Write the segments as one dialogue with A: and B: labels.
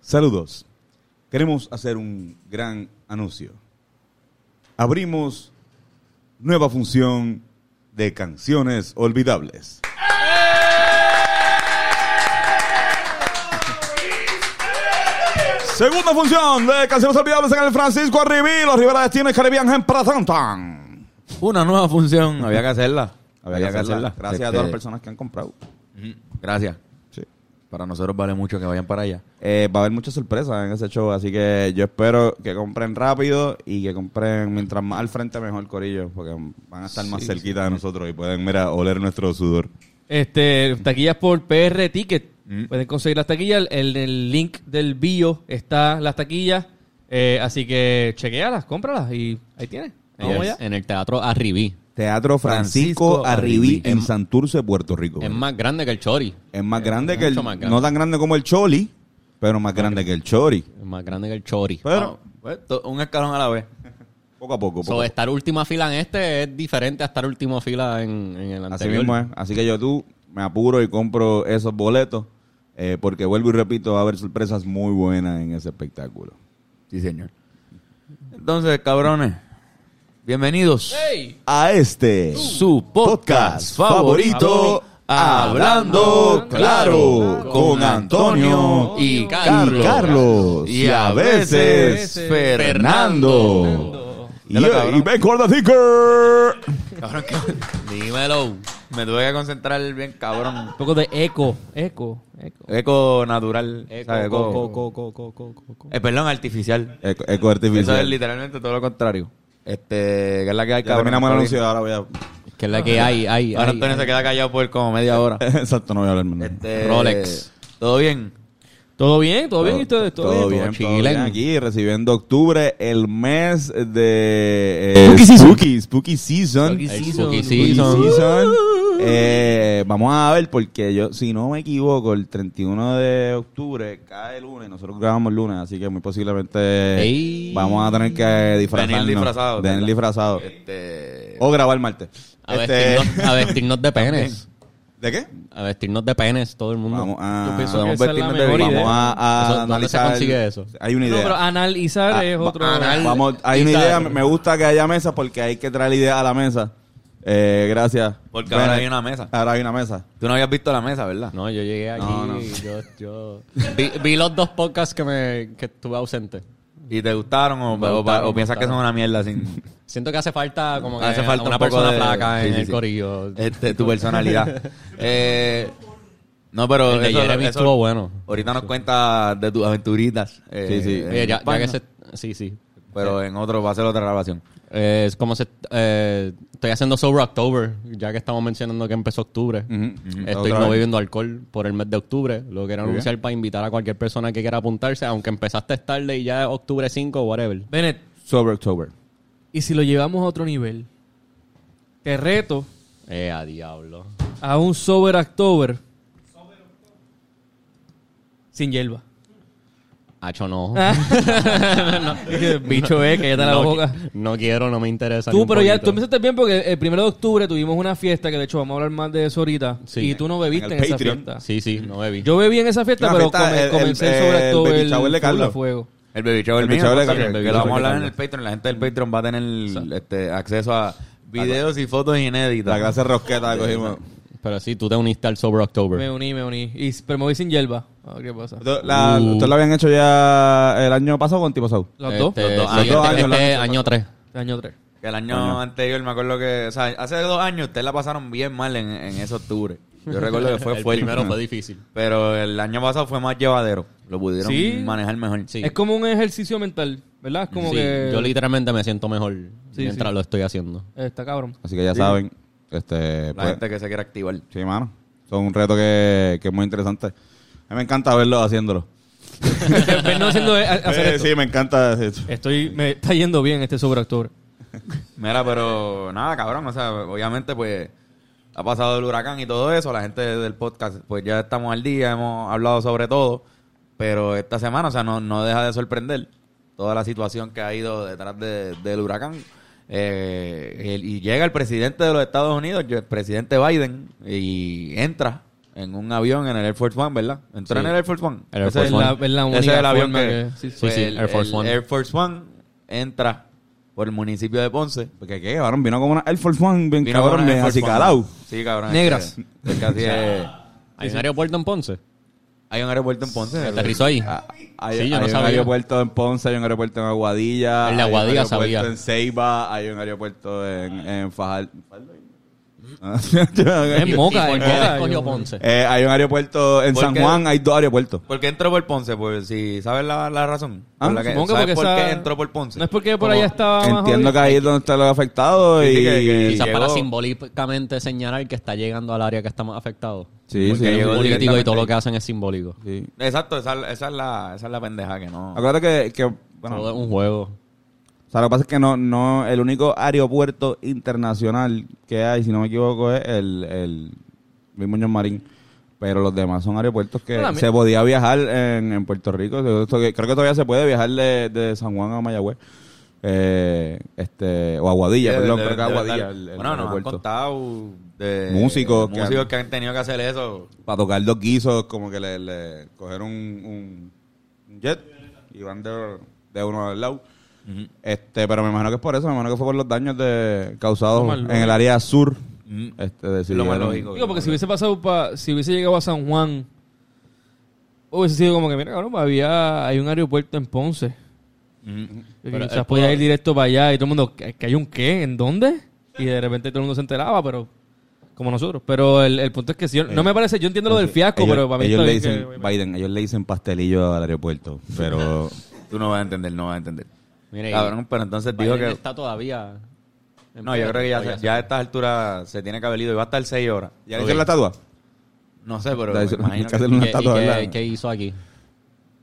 A: Saludos. Queremos hacer un gran anuncio. Abrimos nueva función de canciones olvidables. Segunda función de canciones olvidables en el Francisco Arribí, los Rivera Destino y Caribbean en presentan.
B: Una nueva función. Había que hacerla.
A: Había que hacerla. Este, Gracias a todas las personas que han comprado.
B: personas. Gracias.
A: Sí.
B: Para nosotros vale mucho que vayan para allá.
A: Eh, va a haber muchas sorpresas en ese show, así que yo espero que compren rápido y que compren mientras más al frente mejor corillo, porque van a estar más cerquita de nosotros y pueden, mira, oler nuestro sudor.
C: Este, taquillas por PR Ticket. Pueden conseguir las taquillas. En el link del bio está las taquillas. Eh, así que chequealas, cómpralas y ahí tienes. Vamos allá.
D: En el teatro Arribí.
A: Teatro Francisco,
B: Francisco
A: Arribí
B: Arribí.
A: en Santurce, Puerto Rico.
D: Es más grande que el Chori.
A: Es más
D: es
A: grande que
D: mucho
A: el
D: más grande.
A: no tan grande como el Choli, pero más grande que el Chori.
D: Es más grande que el Chori.
A: Pero
B: Pues, to- un escalón a la vez.
A: poco a poco, poco
D: So,
A: a
D: estar última fila en este es diferente a estar última fila en, en el
A: Así
D: anterior.
A: mismo es. Así que yo tú me apuro y compro esos boletos. eh, porque vuelvo y repito, va a haber sorpresas muy buenas en ese espectáculo.
B: Sí, señor. Entonces, cabrones, bienvenidos.
A: A este
B: Su
A: podcast favorito, Hablando Claro, con Antonio
B: y
A: Carlos,
B: Carlos.
A: y a veces Fernando. Y,
B: Ya lo cabrón.
A: y Ben Corda Thicker.
B: Cabrón, que-
D: Dímelo.
B: me tuve que concentrar bien, cabrón.
C: Un poco de eco, eco, eco.
B: Eco natural.
D: Eco,
B: ¿sabes? Eco-
D: co-
B: eh, perdón, artificial.
A: Eco, eco
B: Eso es
A: artificial.
B: literalmente todo lo contrario. Este, que es la que hay,
A: Ya
B: cabrón.
A: terminamos el anuncio,
B: Antonio.
A: ahora voy a...
D: Es que es la que hay, hay,
B: Ahora
D: hay,
B: Antonio se
D: hay.
B: queda callado por como media hora.
A: Exacto, no voy a hablar más. nada.
B: Este,
D: Rolex.
B: ¿Todo bien?
C: ¿Todo bien? ¿Todo bien? ¿Y ustedes? ¿Todo,
A: Todo
C: bien?
A: bien, todo
D: chilen.
A: bien aquí, recibiendo octubre, el mes de eh, spooky, spooky, Season.
C: Spooky
D: Hay
C: season.
D: spooky
A: Spooky
D: season.
A: season. Eh, vamos a ver, porque yo, si no me equivoco, el 31 de octubre cae lunes, nosotros grabamos lunes, así que muy posiblemente
D: Ey.
A: vamos a tener que disfrazarnos.
B: Venir disfrazado,
A: Venir
B: ¿verdad?
A: disfrazado.
B: Este,
A: O grabar martes.
D: A
A: Este,
D: vestirnos, a vestirnos de penes.
A: ¿De qué?
D: A vestirnos de penes, todo el mundo.
A: Vamos ah.
C: Yo
A: a,
C: pienso
A: podemos
C: que esa es la
A: vestirnos de-
C: mejor
A: vamos
C: idea.
A: a, a
D: Eso, ¿dónde se
A: analizar-
D: consigue eso?
A: Hay una
C: No,
A: idea.
C: pero analizar
A: Ah,
C: es
A: va-
C: otro.
D: anal-
A: Vamos, hay una
D: Quizá-
A: idea, me gusta que haya mesa porque hay que traer ideas a la mesa. Eh, gracias.
B: Porque ahora
A: Bennett.
B: hay una mesa.
A: Ahora hay una mesa.
B: Tú no habías visto la mesa, ¿verdad?
D: No, yo llegué aquí.
A: No, no.
D: Yo, yo... Vi, vi los dos podcasts que, me, que estuve ausente.
B: ¿Y te gustaron o,
D: Me
B: o-
D: gustaron,
B: o
D: me
B: piensas que
D: gustaron.
B: son una mierda sin...
D: Siento que hace falta como que
B: Hace falta
D: una
B: un poco
D: persona
B: de-
D: flaca
B: sí,
D: en
B: sí,
D: el
B: sí.
D: corillo.
B: Este, tu personalidad. Eh, no, pero
D: El de Jeremy estuvo bueno.
B: Ahorita nos cuenta de tus aventuritas. eh,
A: Sí, sí.
B: en
D: Oye, ya, ya
B: España,
D: que se... Sí, sí.
B: Pero en otro va a ser otra grabación.
D: Eh, es como se... eh, estoy haciendo Sober October, ya que estamos mencionando que empezó octubre. Estoy
A: Otra
D: no
A: vez.
D: bebiendo alcohol por el mes de octubre. Lo quiero
A: Muy
D: anunciar para invitar a cualquier persona que quiera apuntarse, aunque empezaste tarde y ya es octubre 5, whatever.
C: Bennett,
A: Sober October.
C: ¿y si lo llevamos a otro nivel? Te reto
D: Eh, a diablo.
C: a un Sober October sin hierba.
D: Hacho, no.
C: Qué bicho es, que ya te Ah, la
D: no,
C: boca.
D: qui- no quiero, no me interesa. ni
C: Tú,
D: un
C: pero ya, tú
D: poquito.
C: empezaste bien porque el primero de octubre tuvimos una fiesta que de hecho vamos a hablar más de eso ahorita.
D: Sí.
C: Y tú no bebiste
A: En
C: en,
A: el
C: esa
A: Patreon.
C: fiesta.
D: Sí, sí, no bebí.
C: Yo bebí en esa fiesta,
A: La
C: pero
A: fiesta,
C: come-
A: el-
C: comencé
A: el-
C: el, Sober
A: el
C: October
A: baby shower de
C: full a
A: Carlos.
C: fuego.
B: El baby show
A: El
B: el
A: baby
B: mío.
A: shower de
B: entonces,
A: Carlos.
B: que lo vamos a hablar en
A: Carlos.
B: el Patreon. La gente del Patreon va a tener este, acceso a videos y fotos
A: La
B: inéditas.
A: clase rosqueta que cogimos.
D: Pero sí, tú te uniste al Sober October.
C: Me uní, me uní. Y, pero me voy sin hierba. A ver qué pasa.
A: La,
D: Uh.
A: ¿Ustedes lo habían hecho ya el año pasado o antipasado?
C: Los dos.
D: Este,
B: Los dos
D: sí,
B: años.
A: Los
D: este-
A: dos años,
D: este
A: los años.
D: año 3.
C: Este Año 3.
B: Que el año anterior me acuerdo que, o sea, hace dos años ustedes la pasaron bien mal en, en ese octubre. Yo recuerdo que fue fuerte.
D: difícil.
B: Pero el año pasado fue más llevadero. Lo pudieron
C: Sí.
B: manejar mejor. Sí.
C: Es como un ejercicio mental, ¿verdad? Es como
D: Sí,
C: que.
D: Yo literalmente me siento mejor
C: Sí,
D: mientras
C: sí.
D: lo estoy haciendo.
C: Está cabrón.
A: Así que ya saben. Este,
B: La
A: pues,
B: gente que se quiere activar.
A: Sí, mano. Son un reto que, que es muy interesante. A mí me encanta verlo haciéndolo.
C: Pero Pues no haciendo a- hacer
A: Eh,
C: esto.
A: sí, me encanta. hacer-
C: Estoy, me está yendo bien este sobreactor.
B: Mira, pero nada, cabrón. O sea, obviamente, pues ha pasado el huracán y todo eso. La gente del podcast, pues ya estamos al día, hemos hablado sobre todo. Pero esta semana, o sea, no, no deja de sorprender toda la situación que ha ido detrás de- del huracán. Eh, el- y llega el presidente de los Estados Unidos, el presidente Biden, y entra en un avión en el Air Force One, ¿verdad? Entró
D: Sí.
B: en el Air Force One.
D: El Air
B: Ese
D: Force
B: es
D: One.
B: la-
C: Es la
B: ese
C: única
B: es el avión
C: forma
B: que,
C: que- sí, sí.
B: pues,
D: Sí, sí,
B: el,
D: Air Force
B: el
D: One.
B: Air Force One entra por el municipio de Ponce.
A: Porque qué, cabrón, vino como una Air Force One bien
B: Vino
A: cabrón,
B: con una Air
A: de
B: Force
A: así
B: One.
A: calado.
B: Sí, cabrón.
C: Negras.
B: este, es casi, eh,
D: ¿Hay un aeropuerto en Ponce?
B: hay un aeropuerto en Ponce.
D: ¿Aterrizó ahí?
A: Ah, Hay,
D: Sí, yo no
A: hay un
D: sabía.
A: aeropuerto en Ponce, hay un aeropuerto en Aguadilla.
D: El de Aguadilla
A: hay un
D: sabía.
A: aeropuerto en Ceiba, hay un aeropuerto en, en Fajal. Ah.
C: En Moca,
D: ¿Y
C: en
D: por qué
C: Moca.
D: escogió
C: yo-
D: Ponce?
A: Eh, hay un aeropuerto en
B: ¿Por
A: San
B: qué?
A: Juan, hay dos aeropuertos.
B: ¿Por qué entró por Ponce? Pues si sabes la, la razón.
A: Ah,
B: Por la que-
C: Supongo que
B: ¿sabes
C: porque
B: por
C: esa-
B: qué entró por Ponce?
C: No es porque por allá estaba más
A: Entiendo
C: jodido.
A: que ahí es donde están los afectados
B: Sí,
A: y...
B: sí, que- que-
D: Quizás para
B: llegó-
D: simbólicamente señalar que está llegando al área que está más afectado.
A: Sí,
B: Porque
A: sí.
B: llegó-
D: Político y
B: directamente
D: todo lo
B: ahí.
D: que hacen es simbólico.
A: sí.
B: Exacto, esa, esa es la, esa es la pendeja que no.
A: Acuérdate que... que bueno,
D: Todo es un juego.
A: O sea, lo que pasa es que no, no, el único aeropuerto internacional que hay, si no me equivoco, es el, el Luis Muñoz Marín. Pero los demás son aeropuertos que
C: Pero la mi-
A: se podía viajar en, en Puerto Rico. Esto que- Creo que todavía se puede viajar de, de San Juan a Mayagüez. Eh, este, o Aguadilla,
B: Debe-
A: perdón,
B: debe-
A: creo que
B: debe
A: Aguadilla.
B: estar-
A: el- el
B: bueno, nos han
A: aeropuerto.
B: contado de
A: Músicos que
B: músicos que,
A: han-
B: han tenido que hacer eso.
A: Para tocar dos guisos, como que le, le cogieron un, un jet y van de, de uno al lado. Este, pero me imagino que es por eso, me imagino que fue por los daños de, causados
C: Lo más
A: en
C: lógico.
A: el área sur.
B: Mm.
A: Este,
B: Es lo más
A: decidieron-
B: lógico.
C: Digo, porque si hubiese pasado pa- si hubiese llegado a San Juan, hubiese sido como que, mira, cabrón, había, hay un aeropuerto en Ponce.
B: mm,
C: Y
D: Pero
C: quizás
D: él
C: podía
D: pudo-
C: ir directo para allá y todo el mundo, ¿que que hay un qué? ¿En dónde? Y de repente todo el mundo se enteraba, pero como nosotros. Pero el, el punto es que si yo- no me parece, yo entiendo lo del fiasco,
A: Eh, Ellos-
C: pero para mí
A: ellos
C: está
A: le
C: bien
A: dicen,
C: que-
A: Biden, ellos le dicen pastelillo al aeropuerto, pero
B: Tú no vas a entender, no vas a entender.
D: Mire,
B: Cabrón, pero entonces
D: Biden
B: digo que.
D: está todavía... en
B: No, yo creo que ya,
D: todavía
B: se- ya a estas alturas se tiene que haber ido. Iba a estar 6 horas.
A: ¿ya le hicieron la estatua?
B: No sé, pero.
A: Ya
B: me
A: hicieron-
B: imagino
A: hay que
B: que-
A: hacerle una
D: ¿Y qué-
A: estatua,
D: y qué-
A: ¿verdad?
D: qué hizo aquí?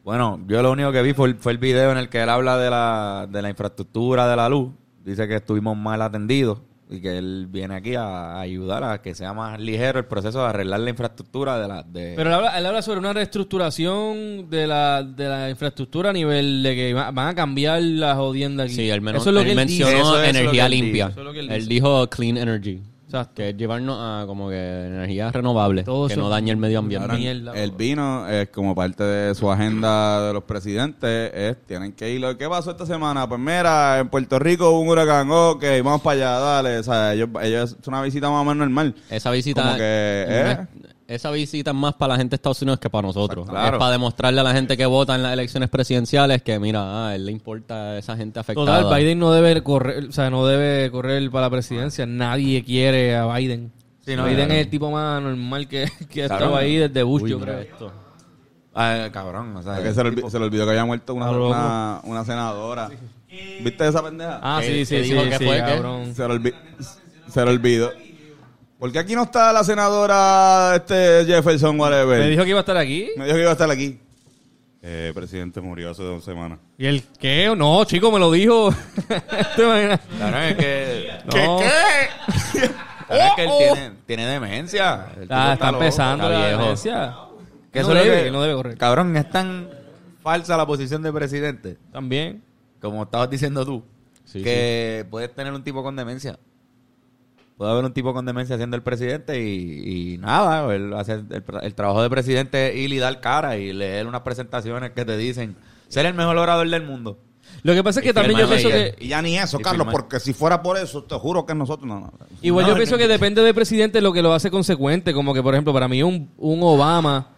B: Bueno, yo lo único que vi fue, el- fue el video en el que él habla de la, de la infraestructura de la luz. Dice que estuvimos mal atendidos y que él viene aquí a ayudar a que sea más ligero el proceso de arreglar la infraestructura de la. De...
C: Pero él habla, él habla sobre una reestructuración de la, de la infraestructura a nivel de que va- van a cambiar la jodienda aquí.
D: Sí, él, men-
C: Eso es lo
D: él
C: que él dice.
D: mencionó
B: Eso es lo
D: energía
B: que él
D: limpia.
B: dice.
C: Eso es lo que él
D: él,
C: dice.
D: dijo clean energy.
C: Exacto.
D: Que es llevarnos a como que energías renovables
C: Todo
D: que
C: eso-
D: no dañe el medio ambiente.
C: Ahora- Mierda,
A: el
C: bro.
A: vino es como parte de su agenda de los presidentes, es tienen que ir. ¿Qué pasó esta semana? Pues mira, en Puerto Rico hubo un huracán, ok, vamos para allá, dale. O sea, ellos, ellos- es una visita más o menos normal.
D: Esa visita
A: Como que, ¿eh?
D: no es- esa visita es más para la gente de Estados Unidos que para nosotros.
A: Exacto, claro.
D: Es para demostrarle a la gente que vota en las elecciones presidenciales que mira, ah, él le importa a esa gente afectada.
C: Total, Biden no debe correr, o sea, no debe correr para la presidencia. Nadie quiere a Biden.
B: Sí, no,
C: Biden
B: claro.
C: es el tipo más normal que, que ha
B: Claro.
C: estado ahí desde Bush,
D: Uy,
C: yo
D: mira
C: creo.
D: esto.
B: Ah, cabrón, o sea.
A: Que se, le, olvi- se le olvidó que había muerto una,
C: Ah, loco.
A: una, una senadora. ¿Viste esa pendeja?
C: Ah, sí,
D: ¿Qué-
C: sí,
D: qué
C: sí,
D: dijo que
C: sí,
D: fue, qué?
C: cabrón.
A: Se le, olvi- se le olvidó. ¿Por qué aquí no está la senadora este Jefferson whatever?
C: Me dijo que iba a estar aquí.
A: Me dijo que iba a estar aquí. Eh, presidente murió hace dos semanas.
C: ¿Y el qué? No, chico, me lo dijo. ¿Te imaginas?
B: Cabrón, es que.
C: No.
B: Ahora es que él tiene, tiene demencia. El tipo
C: Ah, está
B: loco,
C: empezando
B: está
C: la
B: viejo.
C: demencia.
B: Que
C: no
B: eso es lo
C: debe,
B: que-
C: no debe correr.
B: Cabrón, es tan falsa la posición de presidente,
C: También.
B: como estabas diciendo tú,
D: Sí,
B: que puedes tener un tipo con demencia. Puede haber un tipo con demencia siendo el presidente y, y nada, él hace el, el trabajo de presidente es ir y dar cara y leer unas presentaciones que te dicen ser el mejor orador del mundo.
C: Lo que pasa es que
D: Y
C: también yo
D: firmar
C: pienso
D: leyes.
C: que
A: Y ya ni eso,
B: Y
A: Carlos,
B: firmar.
A: porque si fuera por eso, te juro que nosotros no. no.
C: Igual
B: No,
C: yo pienso
B: no.
C: que depende del presidente lo que lo hace consecuente. Como que, por ejemplo, para mí un, un Obama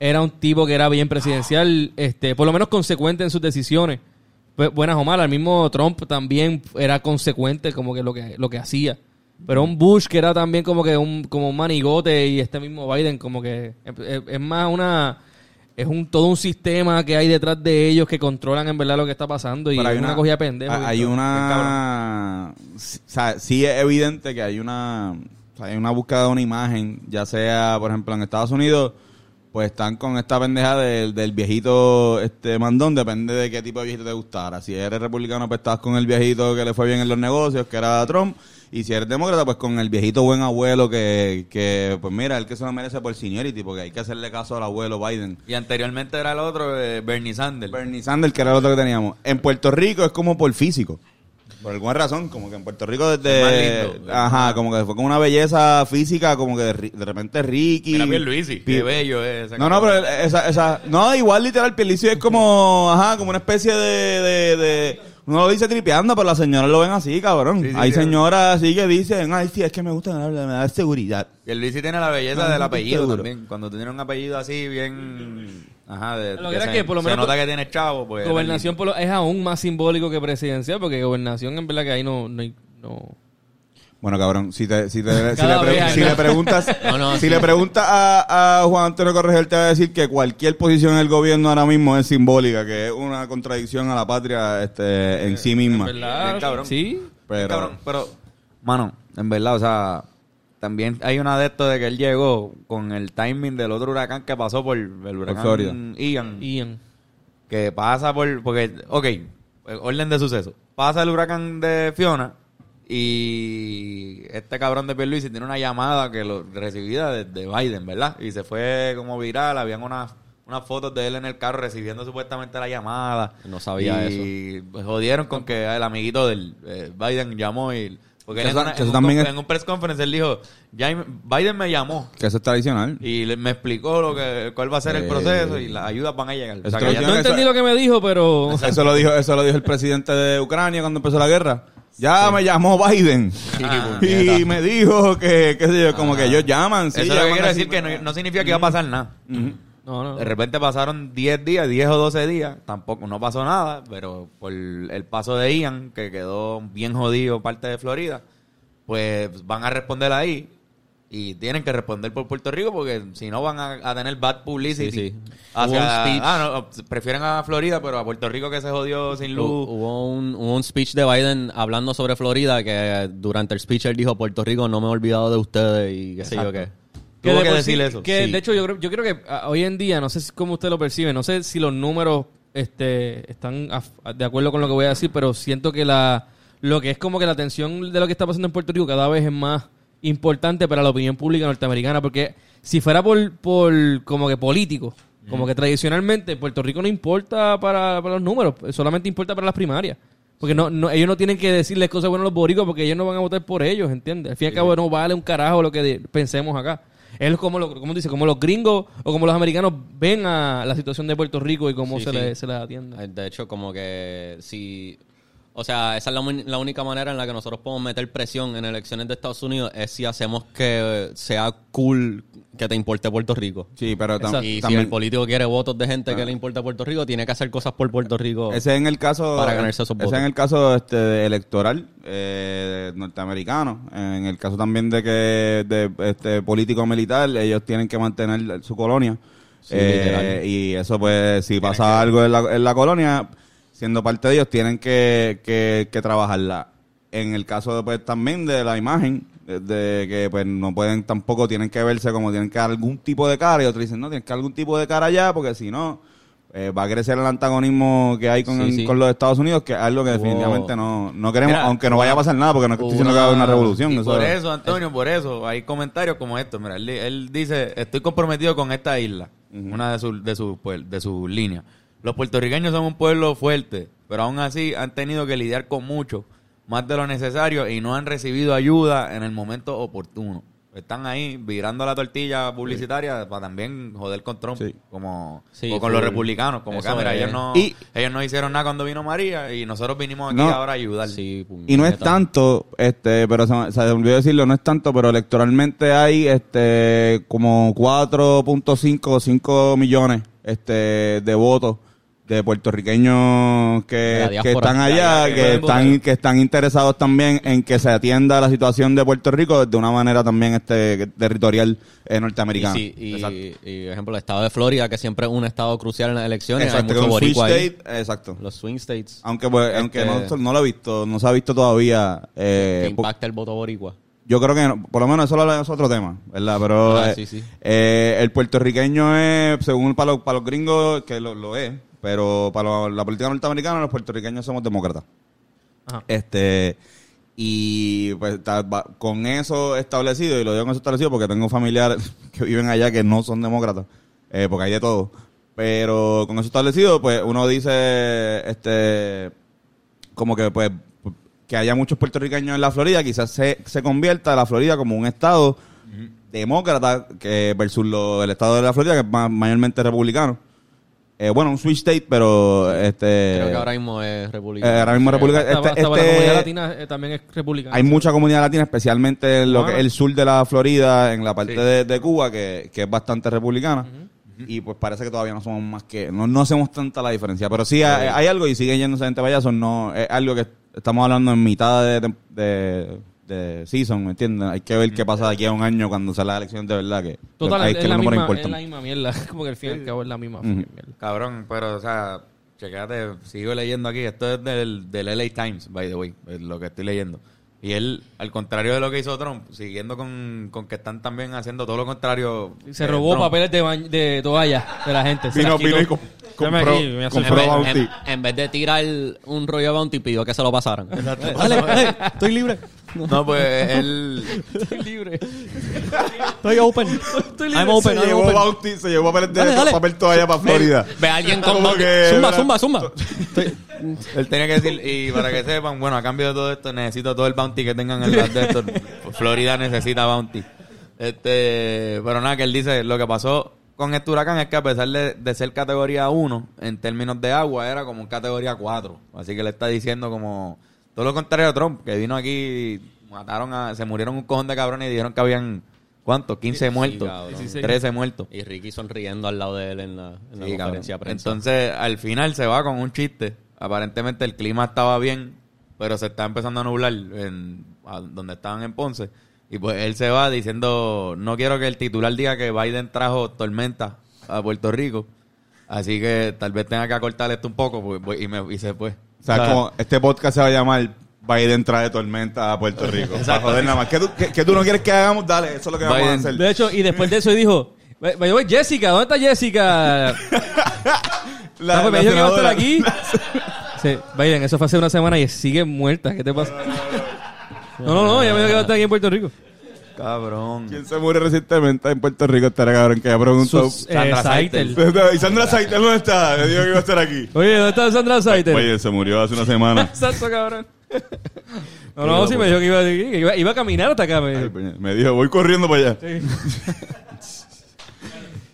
C: era un tipo que era bien presidencial, este, por lo menos consecuente en sus decisiones. Bu- Buenas o malas. El mismo Trump también era consecuente como que lo que, lo que hacía. Pero un Bush que era también como que un, como un manigote y este mismo Biden como que es, es- es más una... Es un todo un sistema que hay detrás de ellos que controlan en verdad lo que está pasando y
A: Pero
C: es una, cogida pendejo.
A: Hay hay una. sí, O sea, sí es evidente que hay una. o sea, hay una búsqueda de una imagen, ya sea, por ejemplo, en Estados Unidos, pues están con esta pendeja del, del viejito este mandón, depende de qué tipo de viejito te gustara. Si eres republicano, pues estás con el viejito que le fue bien en los negocios, que era Trump. Y si eres demócrata, pues con el viejito buen abuelo que, que pues mira, el que se lo merece por seniority, porque hay que hacerle caso al abuelo Biden.
B: Y anteriormente era el otro, eh, Bernie Sanders.
A: Bernie Sanders, que era el otro que teníamos. En Puerto Rico es como por físico. Por alguna razón, como que en Puerto Rico
B: Es más
A: desde...
B: lindo.
A: Ajá, como que fue como una belleza física, como que de, ri- de repente Ricky...
B: Mira Pierluisi.
A: Pi-
B: Qué bello es.
A: No, no, pero esa, esa... No, igual literal, Pierluisi es como... Ajá, como una especie de... de, de- uno lo dice tripeando, pero las señoras lo ven así, cabrón.
B: Sí, sí,
A: Hay
B: sí.
A: señoras así que dicen, ay, sí, es que me gusta, me da seguridad.
B: Pierluisi tiene la belleza
A: Ah,
B: del
A: no estoy
B: apellido
A: seguro.
B: también. Cuando tú tienes un apellido así bien... Ajá, de, de
C: Lo que era
B: se-
C: que por lo
B: se
C: menos
B: nota que tienes chavo, pues...
C: Gobernación por lo- es aún más simbólico que presidencial, porque gobernación en verdad que ahí no... no, hay- no-
A: Bueno, cabrón, si, te, si, te- si, le,
C: Cada
A: pre-
C: vez,
A: si
C: ¿no?
A: le preguntas,
D: No, no,
A: si
D: sí.
A: le preguntas a, a Juan Antonio Corregel, te va a decir que cualquier posición del gobierno ahora mismo es simbólica, que es una contradicción a la patria este, en sí misma.
C: ¿Verdad?
B: Bien, cabrón.
C: Sí.
A: Pero,
B: Cabrón, pero, mano, en verdad, o sea, también hay una de esto de que él llegó con el timing del otro huracán que pasó por el huracán
A: Florida.
B: Ian,
C: Ian.
B: que pasa por, porque, ok, el orden de suceso, pasa el huracán de Fiona y este cabrón de Pierluisi tiene una llamada que lo recibida de, de Biden, ¿verdad? Y se fue como viral, habían unas unas fotos de él en el carro recibiendo supuestamente la llamada.
D: No sabía eso.
B: Y pues, jodieron con que el amiguito del eh, Biden llamó y... Porque
A: Que
B: él
A: eso-
B: en, una-
A: que
B: en
A: eso
B: un,
A: también
B: conf-
A: es-
B: en un press conference él dijo, "Ya- Biden me llamó
A: que eso es tradicional.
B: y le- me explicó lo que cuál va a ser el
A: Eh,
B: proceso y las ayudas van a llegar. O sea,
A: Pero
B: que ya-
A: yo
C: No entendí lo que me dijo, pero...
A: Eso lo dijo, eso lo dijo el presidente de Ucrania cuando empezó la guerra. Ya me llamó Biden
B: Ah,
A: y me dijo que, qué sé yo, como
B: Ah.
A: que ellos llaman. Sí,
B: eso es lo que
A: llaman
B: quiero
A: así, pues.
B: decir que no, no significa que iba a pasar nada.
A: Ujú.
C: No, no.
B: De repente pasaron 10 días, 10 o 12 días, tampoco no pasó nada, pero por el paso de Ian, que quedó bien jodido parte de Florida, pues van a responder ahí y tienen que responder por Puerto Rico porque si no van a, a tener bad publicity.
D: Sí, sí.
B: hacia-
D: Hubo un speech.
B: ah, no, prefieren a Florida, pero a Puerto Rico que se jodió sin luz.
D: Hu- Hubo un, hubo un speech de Biden hablando sobre Florida que durante el speech él dijo Puerto Rico no me he olvidado de ustedes y qué sé yo qué.
B: Exacto. Tuvo
C: de
B: que
C: por
B: decir
C: sí-
B: eso.
C: Que
D: sí.
C: de hecho yo creo, yo creo que ah, hoy en día, no sé si- cómo usted lo percibe, no sé si los números este, están af- de acuerdo con lo que voy a decir, pero siento que la lo que es como que la atención de lo que está pasando en Puerto Rico cada vez es más importante para la opinión pública norteamericana, porque si fuera por, por como que político, como que tradicionalmente Puerto Rico no importa para, para los números, solamente importa para las primarias. Porque no, no, ellos no tienen que decirles cosas buenas a los boricos porque ellos no van a votar por ellos, ¿entiendes? Al fin y al cabo no vale un carajo lo que de- pensemos acá. Es como, lo, como dice, como los gringos o como los americanos ven a la situación de Puerto Rico y cómo
D: Sí,
C: se,
D: sí.
C: Le, se les atiende.
D: Eh, De hecho, como que si... O sea, esa es la, mun- la única manera en la que nosotros podemos meter presión en elecciones de Estados Unidos es si hacemos que eh, sea cool que te importe Puerto Rico.
A: Sí, pero tam-
C: Exacto.
D: Y si el
A: también... Ah.
D: político quiere votos de gente que le importa Puerto Rico, tiene que hacer cosas por Puerto Rico.
A: Ese es en el caso.
D: Para ganarse esos
A: ese
D: votos.
A: en el caso este, de electoral eh, norteamericano. En el caso también de que de este político militar, ellos tienen que mantener su colonia.
D: Sí,
A: Eh,
D: literal.
A: y eso, pues, si pasa algo en la, en la colonia, siendo parte de ellos, tienen que, que, que trabajarla. En el caso, pues, también de la imagen, de, de que, pues, no pueden tampoco, tienen que verse como tienen que dar algún tipo de cara. Y otros dicen, no, tienen que dar algún tipo de cara allá, porque si no, eh, va a crecer el antagonismo que hay con,
D: Sí, sí.
A: con los Estados Unidos, que es algo que
D: Hubo-
A: definitivamente no, no queremos,
B: Mira,
A: aunque no vaya a pasar nada, porque no estoy
D: hubo
A: diciendo que va a haber una
D: una-
A: revolución.
B: Y
A: eso
B: por
A: es-
B: eso, Antonio, por eso hay comentarios como estos. Mira, él, él dice, estoy comprometido con esta isla, una de sus de sus puebl- de sus líneas. Los puertorriqueños son un pueblo fuerte, pero aún así han tenido que lidiar con mucho, más de lo necesario, y no han recibido ayuda en el momento oportuno. Están ahí virando la tortilla publicitaria para también joder con Trump,
A: Sí.
B: como
D: Sí,
B: o con los
D: full.
B: republicanos, como
D: Eso
B: cámara.
D: es.
B: Ellos no,
A: Y-
B: ellos no hicieron nada cuando vino María y nosotros vinimos aquí
A: No.
B: ahora a ayudar.
D: Sí, pues, pum,
A: Y no es
D: neta.
A: tanto, este, pero se, me- se me olvidó decirlo, no es tanto, pero electoralmente hay este como 4.5 o 5 millones este de votos de puertorriqueños
D: De
A: que,
D: la
A: que
D: diáspora.
A: están allá,
D: Ya,
A: que,
D: ya, que pueden
A: están
D: votar.
A: que están interesados también en que se atienda la situación de Puerto Rico de una manera también este territorial eh,
D: Y,
A: norteamericana.
D: sí, y,
A: Exacto.
D: y, por ejemplo, el estado de Florida, que siempre es un estado crucial en las elecciones,
A: Exacto,
D: hay
A: que
D: mucho
A: un switch
D: boricua ahí.
A: state, exacto.
D: Los swing states.
A: Aunque pues, aunque no,
D: Este-
A: no lo he visto, no se ha visto todavía eh,
D: que
A: po-
D: impacta el voto boricua.
A: Yo creo que, no, por lo menos, eso lo- es otro tema, ¿verdad? Pero
D: Ah,
A: eh,
D: sí, sí.
A: eh, el puertorriqueño es, según para los, para los gringos, que lo, lo es, pero para lo- la política norteamericana, los puertorriqueños somos demócratas.
C: Ajá.
A: Este, y pues ta- va- con eso establecido, y lo digo con eso establecido porque tengo familiares que viven allá que no son demócratas, eh, porque hay de todo. Pero con eso establecido, pues uno dice, este, como que pues que haya muchos puertorriqueños en la Florida, quizás se, se convierta la Florida como un estado demócrata que versus lo- el estado de la Florida, que es ma- mayormente republicano. Eh, bueno, un switch state, pero este
D: Creo que ahora mismo es republicano.
A: eh, ahora mismo republicano.
C: Hasta-
A: Este-
C: hasta para la
A: este-
C: comunidad latina eh, también es republicana.
A: hay mucha comunidad latina, especialmente en lo que
C: Ah.
A: es el sur de la Florida, en la parte
B: Sí.
A: de, de Cuba, que, que es bastante republicana. Y pues parece que todavía no somos más que. No, no hacemos tanta la diferencia. Pero sí, hay, hay algo y sigue yéndose gente payasos. No, es algo que estamos hablando en mitad de, tem- de, de season, ¿me entiendes? Hay que ver qué pasa de aquí a un año cuando sea la elección de verdad. Que,
C: Total,
A: hay
C: es,
A: que
C: es la
A: los números
C: misma, es
A: importan.
C: la misma mierda. Como que al fin y al cabo es la misma fucking mierda.
B: Cabrón, pero, o sea, checate, sigo leyendo aquí. Esto es del, del LA Times, by the way, es lo que estoy leyendo. Y él, al contrario de lo que hizo Trump, siguiendo con, con que están también haciendo todo lo contrario.
C: Se
B: eh,
C: robó
B: Trump.
C: papeles de, baño- de toalla de la gente. se
A: Vino-
C: las quitó.
A: vino y com-
C: Dame
A: compró-
C: aquí, me hace-
D: en,
A: compró
D: vez,
C: Pero-
A: Bounty.
D: en- en vez de tirar un rollo de Bounty, pidió que se lo pasaran.
E: Dale, eh, estoy libre.
B: No, pues él.
C: Estoy libre.
E: Estoy open. I'm open, I'm open.
A: Bounty, se llevó papel,
E: Dale, dale.
A: toalla para Florida.
D: Ve a alguien con
A: Como
D: Bounty.
A: que-
D: Zumba, zumba, zumba.
B: Él tenía que decir, y para que sepan, bueno, a cambio de todo esto, necesito todo el bounty que tengan en las de estos. Florida necesita bounty. Este, pero nada, que él dice, lo que pasó con este huracán es que a pesar de, de ser categoría 1, en términos de agua, era como un categoría 4. Así que le está diciendo como todo lo contrario a Trump, que vino aquí, mataron a, se murieron un cojón de cabrones y dijeron que habían, ¿cuántos? 15 muertos,
D: cabrón.
C: 16.
B: 13 muertos.
D: Y Ricky sonriendo al lado de él en la, en la
B: Sí, cabrón.
D: conferencia de prensa.
B: Entonces, al final se va con un chiste. Aparentemente el clima estaba bien, pero se está empezando a nublar en a donde estaban en Ponce. Y pues él se va diciendo, no quiero que el titular diga que Biden trajo tormenta a Puerto Rico. Así que tal vez tenga que acortar esto un poco pues, pues, y, me, y se fue.
A: O sea,
B: O sea,
A: como este podcast se va a llamar Biden trae tormenta a Puerto Rico. Para joder nada más. ¿Qué tú, qué- qué tú no quieres que hagamos? Dale, eso es lo que vamos a
B: Biden.
A: hacer.
C: De hecho, y después de eso dijo... "By the way, Jessica, ¿dónde está Jessica?
A: La-
C: Ah, pues me
A: la
C: dijo que iba a estar
A: senadora.
C: aquí. Sí, Biden, eso fue hace una semana y sigue muerta. ¿Qué te pasa? No, no, no, ya me dijo que iba a estar aquí en Puerto Rico.
B: Cabrón.
A: ¿Quién se murió recientemente en Puerto Rico? Estará cabrón que ya preguntó.
C: Sus-
B: Sandra
C: eh, Seitel.
A: ¿Y Sandra Saiter dónde está? Le digo que iba a estar aquí.
C: Oye, ¿dónde está Sandra Saiter?
A: Oye, se murió hace una semana.
C: Exacto, cabrón. No, no, sí me dijo que iba, que iba, iba a caminar hasta acá. Me dijo.
A: Me dijo, voy corriendo para allá.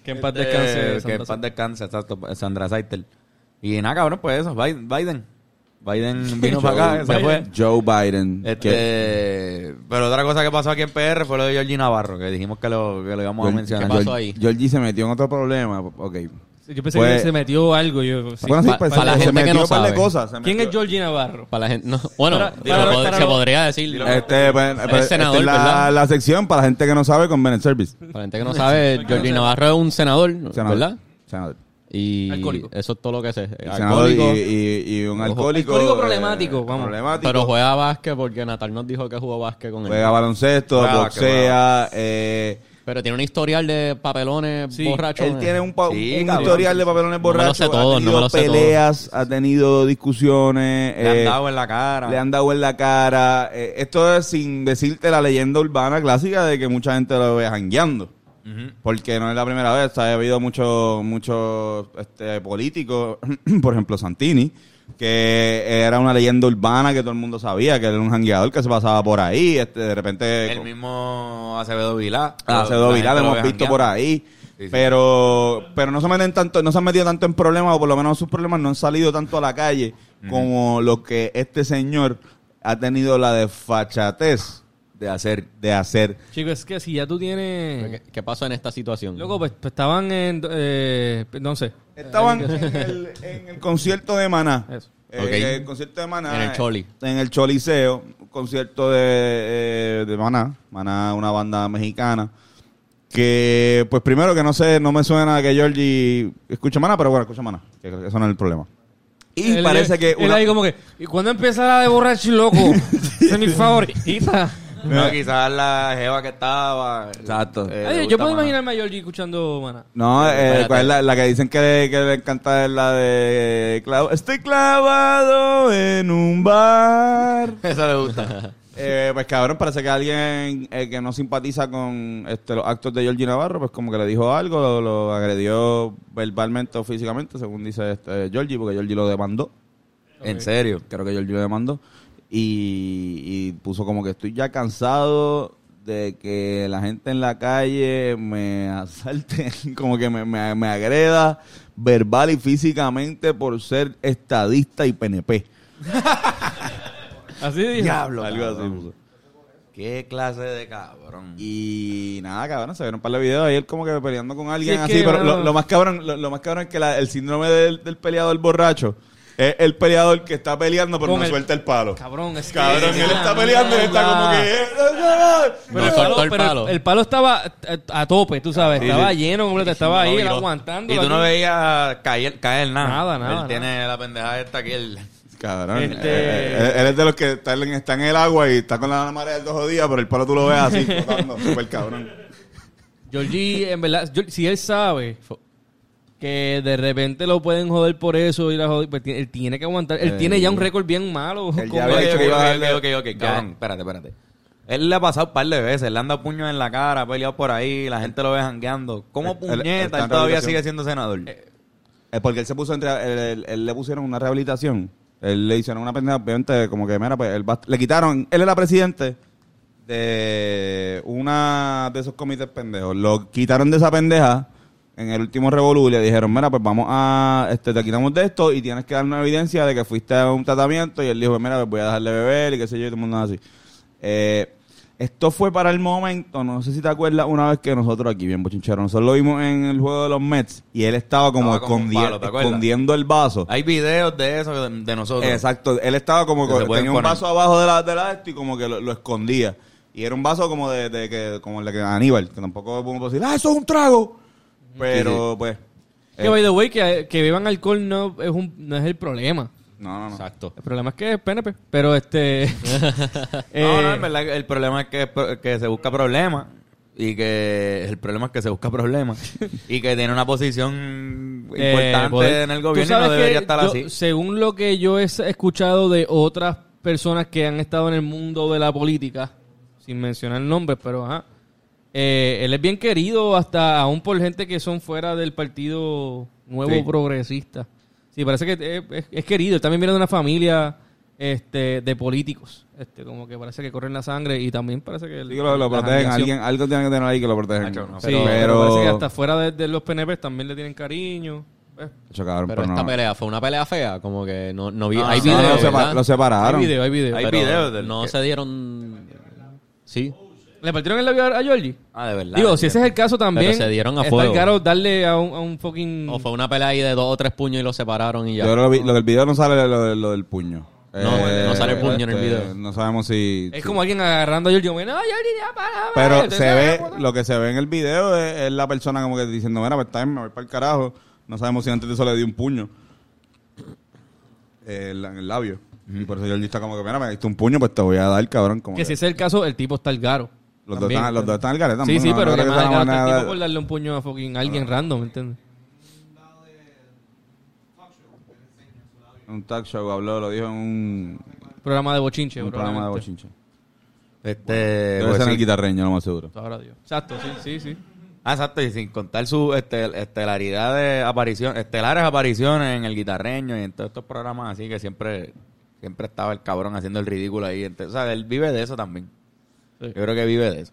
C: Que en paz
B: Este,
C: descanse.
B: que
C: Sandra
B: en paz descanse, exacto, Sandra Seitel. Y nada, cabrón, pues eso, Biden. Biden, Biden vino para acá, se fue.
A: Joe Biden. que-
B: Este, pero otra cosa que pasó aquí en PR fue lo de Georgie Navarro, que dijimos que lo, que lo íbamos a mencionar.
D: ¿Qué pasó
A: Georgie-
D: ahí?
A: Georgie se metió en otro problema. Ok.
C: Saiter. Yo pensé que
A: Pues-
C: se metió algo. Yo, sí.
A: Bueno, sí,
D: pa-
A: pues,
D: para la
A: se
D: gente que
A: metió
D: no
A: un par de
D: sabe.
A: cosas, se
C: ¿Quién
A: metió-
C: es Georgie Navarro?
D: Para la gente, no, bueno,
C: Para-
D: se
C: para-
D: pod-
C: para-
D: se podría decir.
A: Este, pues, pues,
D: es senador,
A: esta es la,
D: ¿verdad?
A: la sección para la gente que no sabe con Benet Service.
D: Para la gente que no sabe, Jordi Navarro es un senador,
A: Senador.
D: ¿verdad?
A: Senador.
D: Y
C: Alcohólico.
D: eso es todo lo que sé.
A: Senador y,
D: Alcohólico.
A: y- y un alcohólico. eh,
C: Alcohólico problemático, vamos.
A: problemático.
D: Pero juega básquet porque Natal nos dijo que jugó básquet con él.
A: Juega baloncesto,
B: Juega, que
A: boxea. eh,
D: Pero tiene un historial de papelones
C: Sí,
D: borrachos.
A: él tiene un, pa-
B: Sí,
A: un
B: cabrón.
A: historial de papelones
D: me lo sé
A: borrachos.
D: todo,
A: ha
D: eh. no me
A: tenido
D: lo sé todo.
A: peleas, ha tenido discusiones.
B: Le han
A: eh,
B: dado en la cara.
A: le han dado en la cara. Eh, esto es sin decirte la leyenda urbana clásica de que mucha gente lo ve jangueando. Porque no es la primera vez. ¿sabes? Ha habido muchos muchos este, políticos, por ejemplo Santini, que era una leyenda urbana que todo el mundo sabía, que era un jangueador que se pasaba por ahí. Este, de repente
B: El
A: con-
B: mismo Acevedo Vilá.
A: Ah, se
B: La
A: lo viral,
B: gente
A: lo hemos
B: ve
A: visto
B: jangueando.
A: por ahí.
B: Sí, sí.
A: Pero, pero no se meten tanto, no se han metido tanto en problemas, o por lo menos sus problemas no han salido tanto a la calle como lo que este señor ha tenido la desfachatez
B: De hacer.
A: de hacer.
C: Chico, es que si ya tú tienes...
D: ¿Qué, qué pasó en esta situación?
C: Loco, pues, pues estaban en... Eh, no sé.
A: Estaban en el, en el concierto de Maná.
C: Eso.
A: Eh,
D: Ok.
A: el concierto de Maná.
D: En el Choli.
A: En el Choliseo. Un concierto de, eh, de Maná. Maná, una banda mexicana. Que, pues primero que no sé, no me suena que Georgie escuche Maná, pero bueno, escucha Maná. Que, que eso no es el problema. Y
C: Él-
A: parece que...
C: Él
A: una-
C: ahí como que... ¿Y cuándo empieza la de borracho loco? Esa es mi favorita.
B: No, quizás la jeva que estaba.
A: Exacto.
B: eh,
C: Ay,
B: le
C: yo
B: gusta
C: puedo
B: más.
C: imaginarme a Georgie escuchando Maná.
A: No, eh,
D: Espérate.
A: ¿cuál es la, la que dicen que le, que le encanta es la de... clav- Estoy clavado en un bar.
B: Esa le gusta.
A: Eh, pues cabrón, parece que alguien eh, que no simpatiza con este, los actos de Georgie Navarro, pues como que le dijo algo, lo, lo agredió verbalmente o físicamente, según dice este, Georgie, porque Georgie lo demandó.
B: en serio.
A: Creo que Georgie lo demandó. y, y puso como que estoy ya cansado de que la gente en la calle me asalte, como que me, me- me agreda verbal y físicamente por ser estadista y PNP.
C: Así dijo.
A: Algo así puso.
B: ¿Qué clase de cabrón?
A: Y nada, cabrón, se vieron un par de videos ayer como que peleando con alguien
C: es
A: así,
C: que,
A: pero
C: mano.
A: lo, lo más cabrón, lo, lo más cabrón es que la- el síndrome del, del peleador borracho es el peleador que está peleando pero
C: Con
A: no
C: el-
A: suelta el palo.
C: Cabrón, es que-
A: Cabrón, él está
C: Mierda.
A: peleando y está como que... eh, eh, eh,
D: No soltó el palo.
C: El palo estaba eh, a tope, tú sabes.
A: Sí,
C: estaba
A: sí.
C: lleno, completo. Estaba ahí, él
B: Viró.
C: aguantando.
B: Y tú no
C: aquí.
B: veías caer, caer nada.
C: Nada, nada,
B: Él
C: nada.
B: tiene la pendejada esta que él.
A: Cabrón,
C: Este-
A: eh, eh, él es de los que está, en- está en el agua y está con la marea del dos días, pero el palo tú lo ves así, flotando, súper cabrón.
C: Georgie, en verdad, Georgie- si él sabe que de repente lo pueden joder por eso, y la joder, pues, ti- él tiene que aguantar. Él tiene ya un récord bien malo.
A: él
C: con-
A: Ya había
B: Ok,
A: dicho que
B: ok,
A: iba a
B: ok,
A: darle-
B: ok, ok, cabrón, espérate, espérate. Él le ha pasado un par de veces, le han dado puños en la cara, ha peleado por ahí, la gente lo ve jangueando. ¿Cómo
A: Él- él- él
B: puñeta? Él,
A: está en
B: todavía
A: rehabilitación.
B: sigue siendo senador.
A: Es porque él se puso entre. Él, él- él le pusieron una rehabilitación. Él le hicieron una pendeja, obviamente, como que, mira, pues él va- le quitaron. Él era presidente de una de esos comités pendejos. Lo quitaron de esa pendeja en el último revolú y le dijeron, mira, pues vamos a. Este, te quitamos de esto y tienes que dar una evidencia de que fuiste a un tratamiento. Y él dijo, pues mira, pues voy a dejarle beber y qué sé yo, y todo el mundo así. Eh, esto fue para el momento, no sé si te acuerdas, una vez que nosotros aquí, bien bochincheros, nosotros lo vimos en el juego de los Mets y él estaba como,
B: Estaba como un
A: escondi-
B: palo, ¿te acuerdas?
A: escondiendo el vaso.
B: Hay videos de eso de, de nosotros.
A: Exacto, él estaba como
B: Que
A: con-
B: se pueden
A: tenía un
B: poner.
A: vaso abajo de la, de la esto y como que lo, lo escondía. Y era un vaso como de, de que, como el de que Aníbal, que tampoco podemos decir, ah, eso es un trago. Pero pues,
C: Que, by the way, que, que beban alcohol no es, un, no es el problema.
A: no, no, no.
D: Exacto.
C: El problema es que es PNP. Pero este.
B: No, no,
C: eh,
B: en verdad el problema es que, que se busca problemas y que el problema es que se busca problemas y que tiene una posición
C: Eh,
B: importante
C: poder.
B: en el
C: Tú
B: gobierno y
C: sabes
B: no
C: que
B: debería estar
C: yo-
B: así.
C: Según lo que yo he s- escuchado de otras personas que han estado en el mundo de la política, sin mencionar nombres, pero ajá, eh, él es bien querido hasta aún por gente que son fuera del partido nuevo
B: Sí.
C: progresista. Sí, parece que eh, es, es querido. Él también viene de una familia este, de políticos. Este, como que parece que corren la sangre y también parece que... el-
A: Sí que lo, lo
C: la
A: protegen,
C: jangueación.
A: alguien, algo tiene que tener ahí que lo protegen.
B: Hacho, no,
C: Sí, pero, parece que hasta fuera de, de los PNP también le tienen cariño. Eh,
A: Hacho, cabrón,
D: Pero
A: pero pues
D: esta
A: no.
D: pelea fue una pelea fea, como que no, no vi.
B: Ah,
D: hay
B: no, no,
D: videos.
A: lo, sepa-
D: ¿verdad?
A: lo separaron.
C: Hay video, hay video.
B: Hay
D: Pero
B: videos del-
D: No
B: que-
D: se dieron. Sí.
C: ¿Le partieron el labio a, a Georgie?
B: Ah, de verdad.
C: Digo, si ese es el caso también.
D: Pero se dieron a
C: está
D: fuego.
C: el caro darle a un, a un fucking.
D: O fue una pelea ahí de dos o tres puños y lo separaron y ya.
A: Yo lo, vi- lo del video no sale lo, lo del puño. Este,
D: No, no sale el puño en el video.
A: No sabemos si.
C: Es
A: si-
C: como alguien agarrando a Georgie. como, No, Georgie, ya para. para,
A: Pero
C: te
A: se ve,
C: saco,
A: lo que se ve en el video es, es la persona como que diciendo, mira, pues está bien, me voy para el carajo. No sabemos si antes de eso le dio un puño Eh, en la- en el labio. Y por eso yo está como que, mira, me diste un puño, pues te voy a dar, cabrón. Como
C: Que si
A: que
C: ese es el caso, el tipo está el caro.
A: los, dos
C: También. pues.
A: están, los dos están al garete.
C: Sí,
A: mano,
C: sí,
A: no
C: pero
A: creo
C: que
A: que
C: más
A: sea
C: el
A: la
C: caro está el
A: manera
C: tipo por darle un puño a fucking alguien random, ¿me entiendes?
A: de- Un talk show habló, lo dijo en un,
C: Programa de bochinche,
A: un programa de bochinche.
B: Este,
A: Debe
B: pues,
A: ser en el
B: sí.
A: guitarreño, lo más seguro.
C: Ahora Dios. Exacto, sí, sí, sí.
B: Ah, exacto, y sin contar su estel- estelaridad de aparición, estelares apariciones en el guitarreño y en todos estos programas así que siempre, siempre estaba el cabrón haciendo el ridículo ahí. Entonces, o sea, él vive de eso también.
C: Sí.
B: Yo
A: Eh,
B: creo que vive de eso.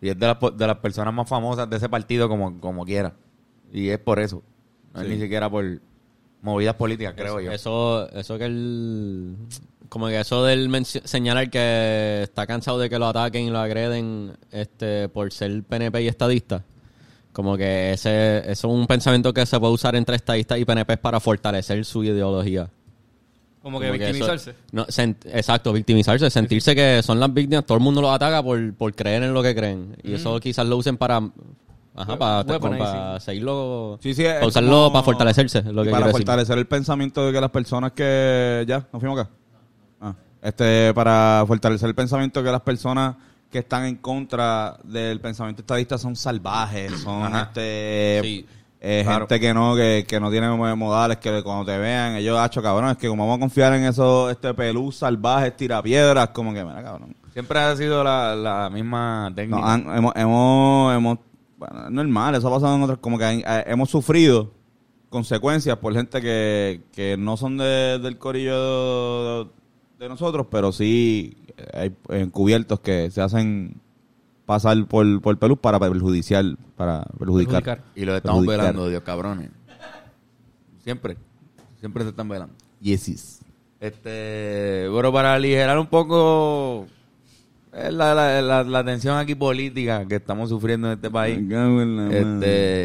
B: Y es de las, po- de las personas más famosas de ese partido como, como quiera. Y es por eso. No es
A: Sí.
B: ni siquiera por movidas políticas, creo
D: eso,
B: yo.
D: Eso, eso que él. Como que eso del mencio- señalar que está cansado de que lo ataquen y lo agreden este, por ser PNP y estadista. Como que ese eso es un pensamiento que se puede usar entre estadistas y PNP para fortalecer su ideología.
C: Como que
D: Como que eso-
C: victimizarse.
D: no, sen- exacto, victimizarse, sentirse que son las víctimas, todo el mundo los ataca por, por creer en lo que creen. Y
A: Mm.
D: eso quizás lo usen para. Ajá,
C: We-
D: para,
C: weaponizing.
D: para seguirlo.
A: Sí, sí, es
D: para usarlo
A: como-
D: para fortalecerse. es Lo
A: Y
D: que
A: para
D: quiero decir.
A: fortalecer el pensamiento de que las personas que ya nos fuimos acá Ah, este para fortalecer el pensamiento de que las personas que están en contra del pensamiento estadista son salvajes son este
D: Sí.
A: eh,
B: Claro.
A: gente que no que, que no tiene modales que cuando te vean ellos hacho cabrón es que como vamos a confiar en esos este pelús salvajes tirapiedras como que mira cabrón
B: Siempre ha sido la, la misma técnica.
A: no, han- hemos, hemos, hemos- bueno, es normal, eso ha pasado en otras, como que han- eh, hemos sufrido consecuencias por gente que, que no son de- del corillo de, de nosotros, pero sí eh, hay encubiertos que se hacen pasar por, por Pelú para perjudiciar, para perjudicar.
C: Perjudicar.
B: Y los estamos
A: Perjudicar.
B: velando, Dios cabrones. Siempre. Siempre se están velando.
A: Yesis.
B: Este, bueno, para aligerar un poco eh, la, la, la- la tensión aquí política que estamos sufriendo en este país.
A: Me cago en la madre.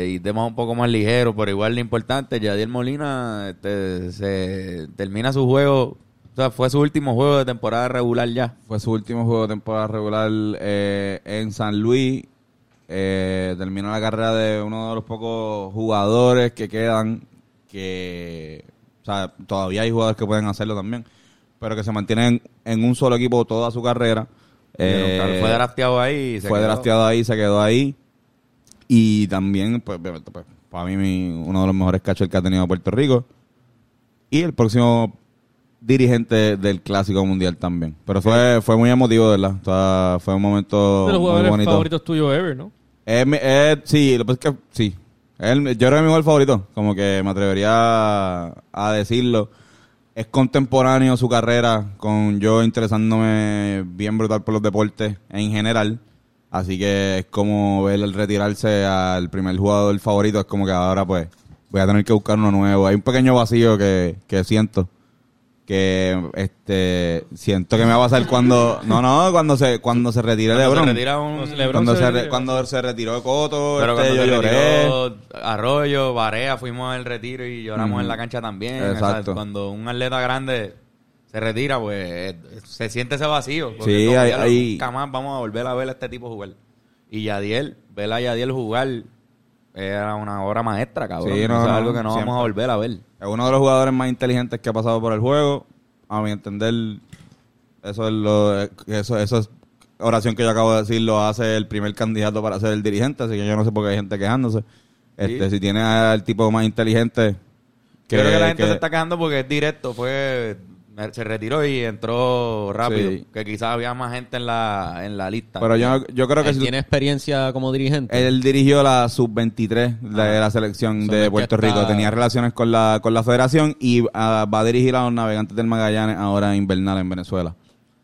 B: Este, y temas un poco más ligeros, pero igual lo importante, Yadiel Molina este, se termina su juego, o sea, fue su último juego de temporada regular ya.
A: Fue su último juego de temporada regular eh, en San Luis. Eh, terminó la carrera de uno de los pocos jugadores que quedan. Que o sea, todavía hay jugadores que pueden hacerlo también. Pero que se mantienen en un solo equipo toda su carrera. Eh,
B: Claro, fue drafteado ahí. y se
A: fue
B: quedó.
A: drafteado ahí, se quedó ahí. Y también, pues, obviamente, pues, para mí, mi- uno de los mejores catchers que ha tenido Puerto Rico. Y el próximo dirigente del Clásico Mundial también. Pero fue, fue muy emotivo, ¿verdad? O sea, fue un momento
C: de los
A: Oh, muy
C: jugadores
A: bonito.
C: favoritos tuyos ever, ¿no?
A: Es mi- es- sí, lo que pasa es que sí. Es el- yo creo que es mi jugador favorito. Como que me atrevería a, a decirlo. Es contemporáneo su carrera, con yo interesándome bien brutal por los deportes en general. Así que es como ver el retirarse al primer jugador favorito. Es como que ahora pues voy a tener que buscar uno nuevo. Hay un pequeño vacío que, que siento. Que este siento que me va a pasar cuando. No, no, cuando se, cuando se retire
B: Cuando se
A: LeBron.
B: retira un-
C: Cuando se le- LeBron
A: Cuando se, re-
C: retiró.
A: cuando se retiró Coto,
B: pero
A: este,
B: cuando
A: yo
B: se
A: lloré.
B: retiró Arroyo, Varea, fuimos al retiro y lloramos
A: Ujú.
B: en la cancha también. O sea,
A: Exacto.
B: cuando un atleta grande se retira, pues eh, se siente ese vacío. porque
A: Sí,
B: como
A: hay-
B: ya
A: hay-
B: Nunca más vamos a volver a ver a este tipo jugar. Y Yadiel, ver a Yadiel jugar era una obra maestra, cabrón.
A: Sí,
B: O
A: no,
B: sea,
A: no,
B: algo que no
A: siempre.
B: vamos a volver a ver.
A: Es uno de los jugadores más inteligentes que ha pasado por el juego. A mi entender, eso es lo, eso, eso es oración que yo acabo de decir, lo hace el primer candidato para ser el dirigente, así que yo no sé por qué hay gente quejándose. Este,
B: Sí.
A: Si tiene al tipo más inteligente,
B: Yo Creo que la gente se está quejando porque es directo, fue se retiró y entró rápido,
A: Sí.
B: que quizás había más gente en la, en la lista.
A: Pero yo, yo creo que
D: Él
A: si-
D: tiene experiencia como dirigente.
A: Él dirigió la sub-23 de la selección
D: Son
A: de
D: los
A: Puerto
D: que está-
A: Rico. Tenía relaciones con la, con la federación y ah, va a dirigir a los navegantes del Magallanes ahora invernal en Venezuela.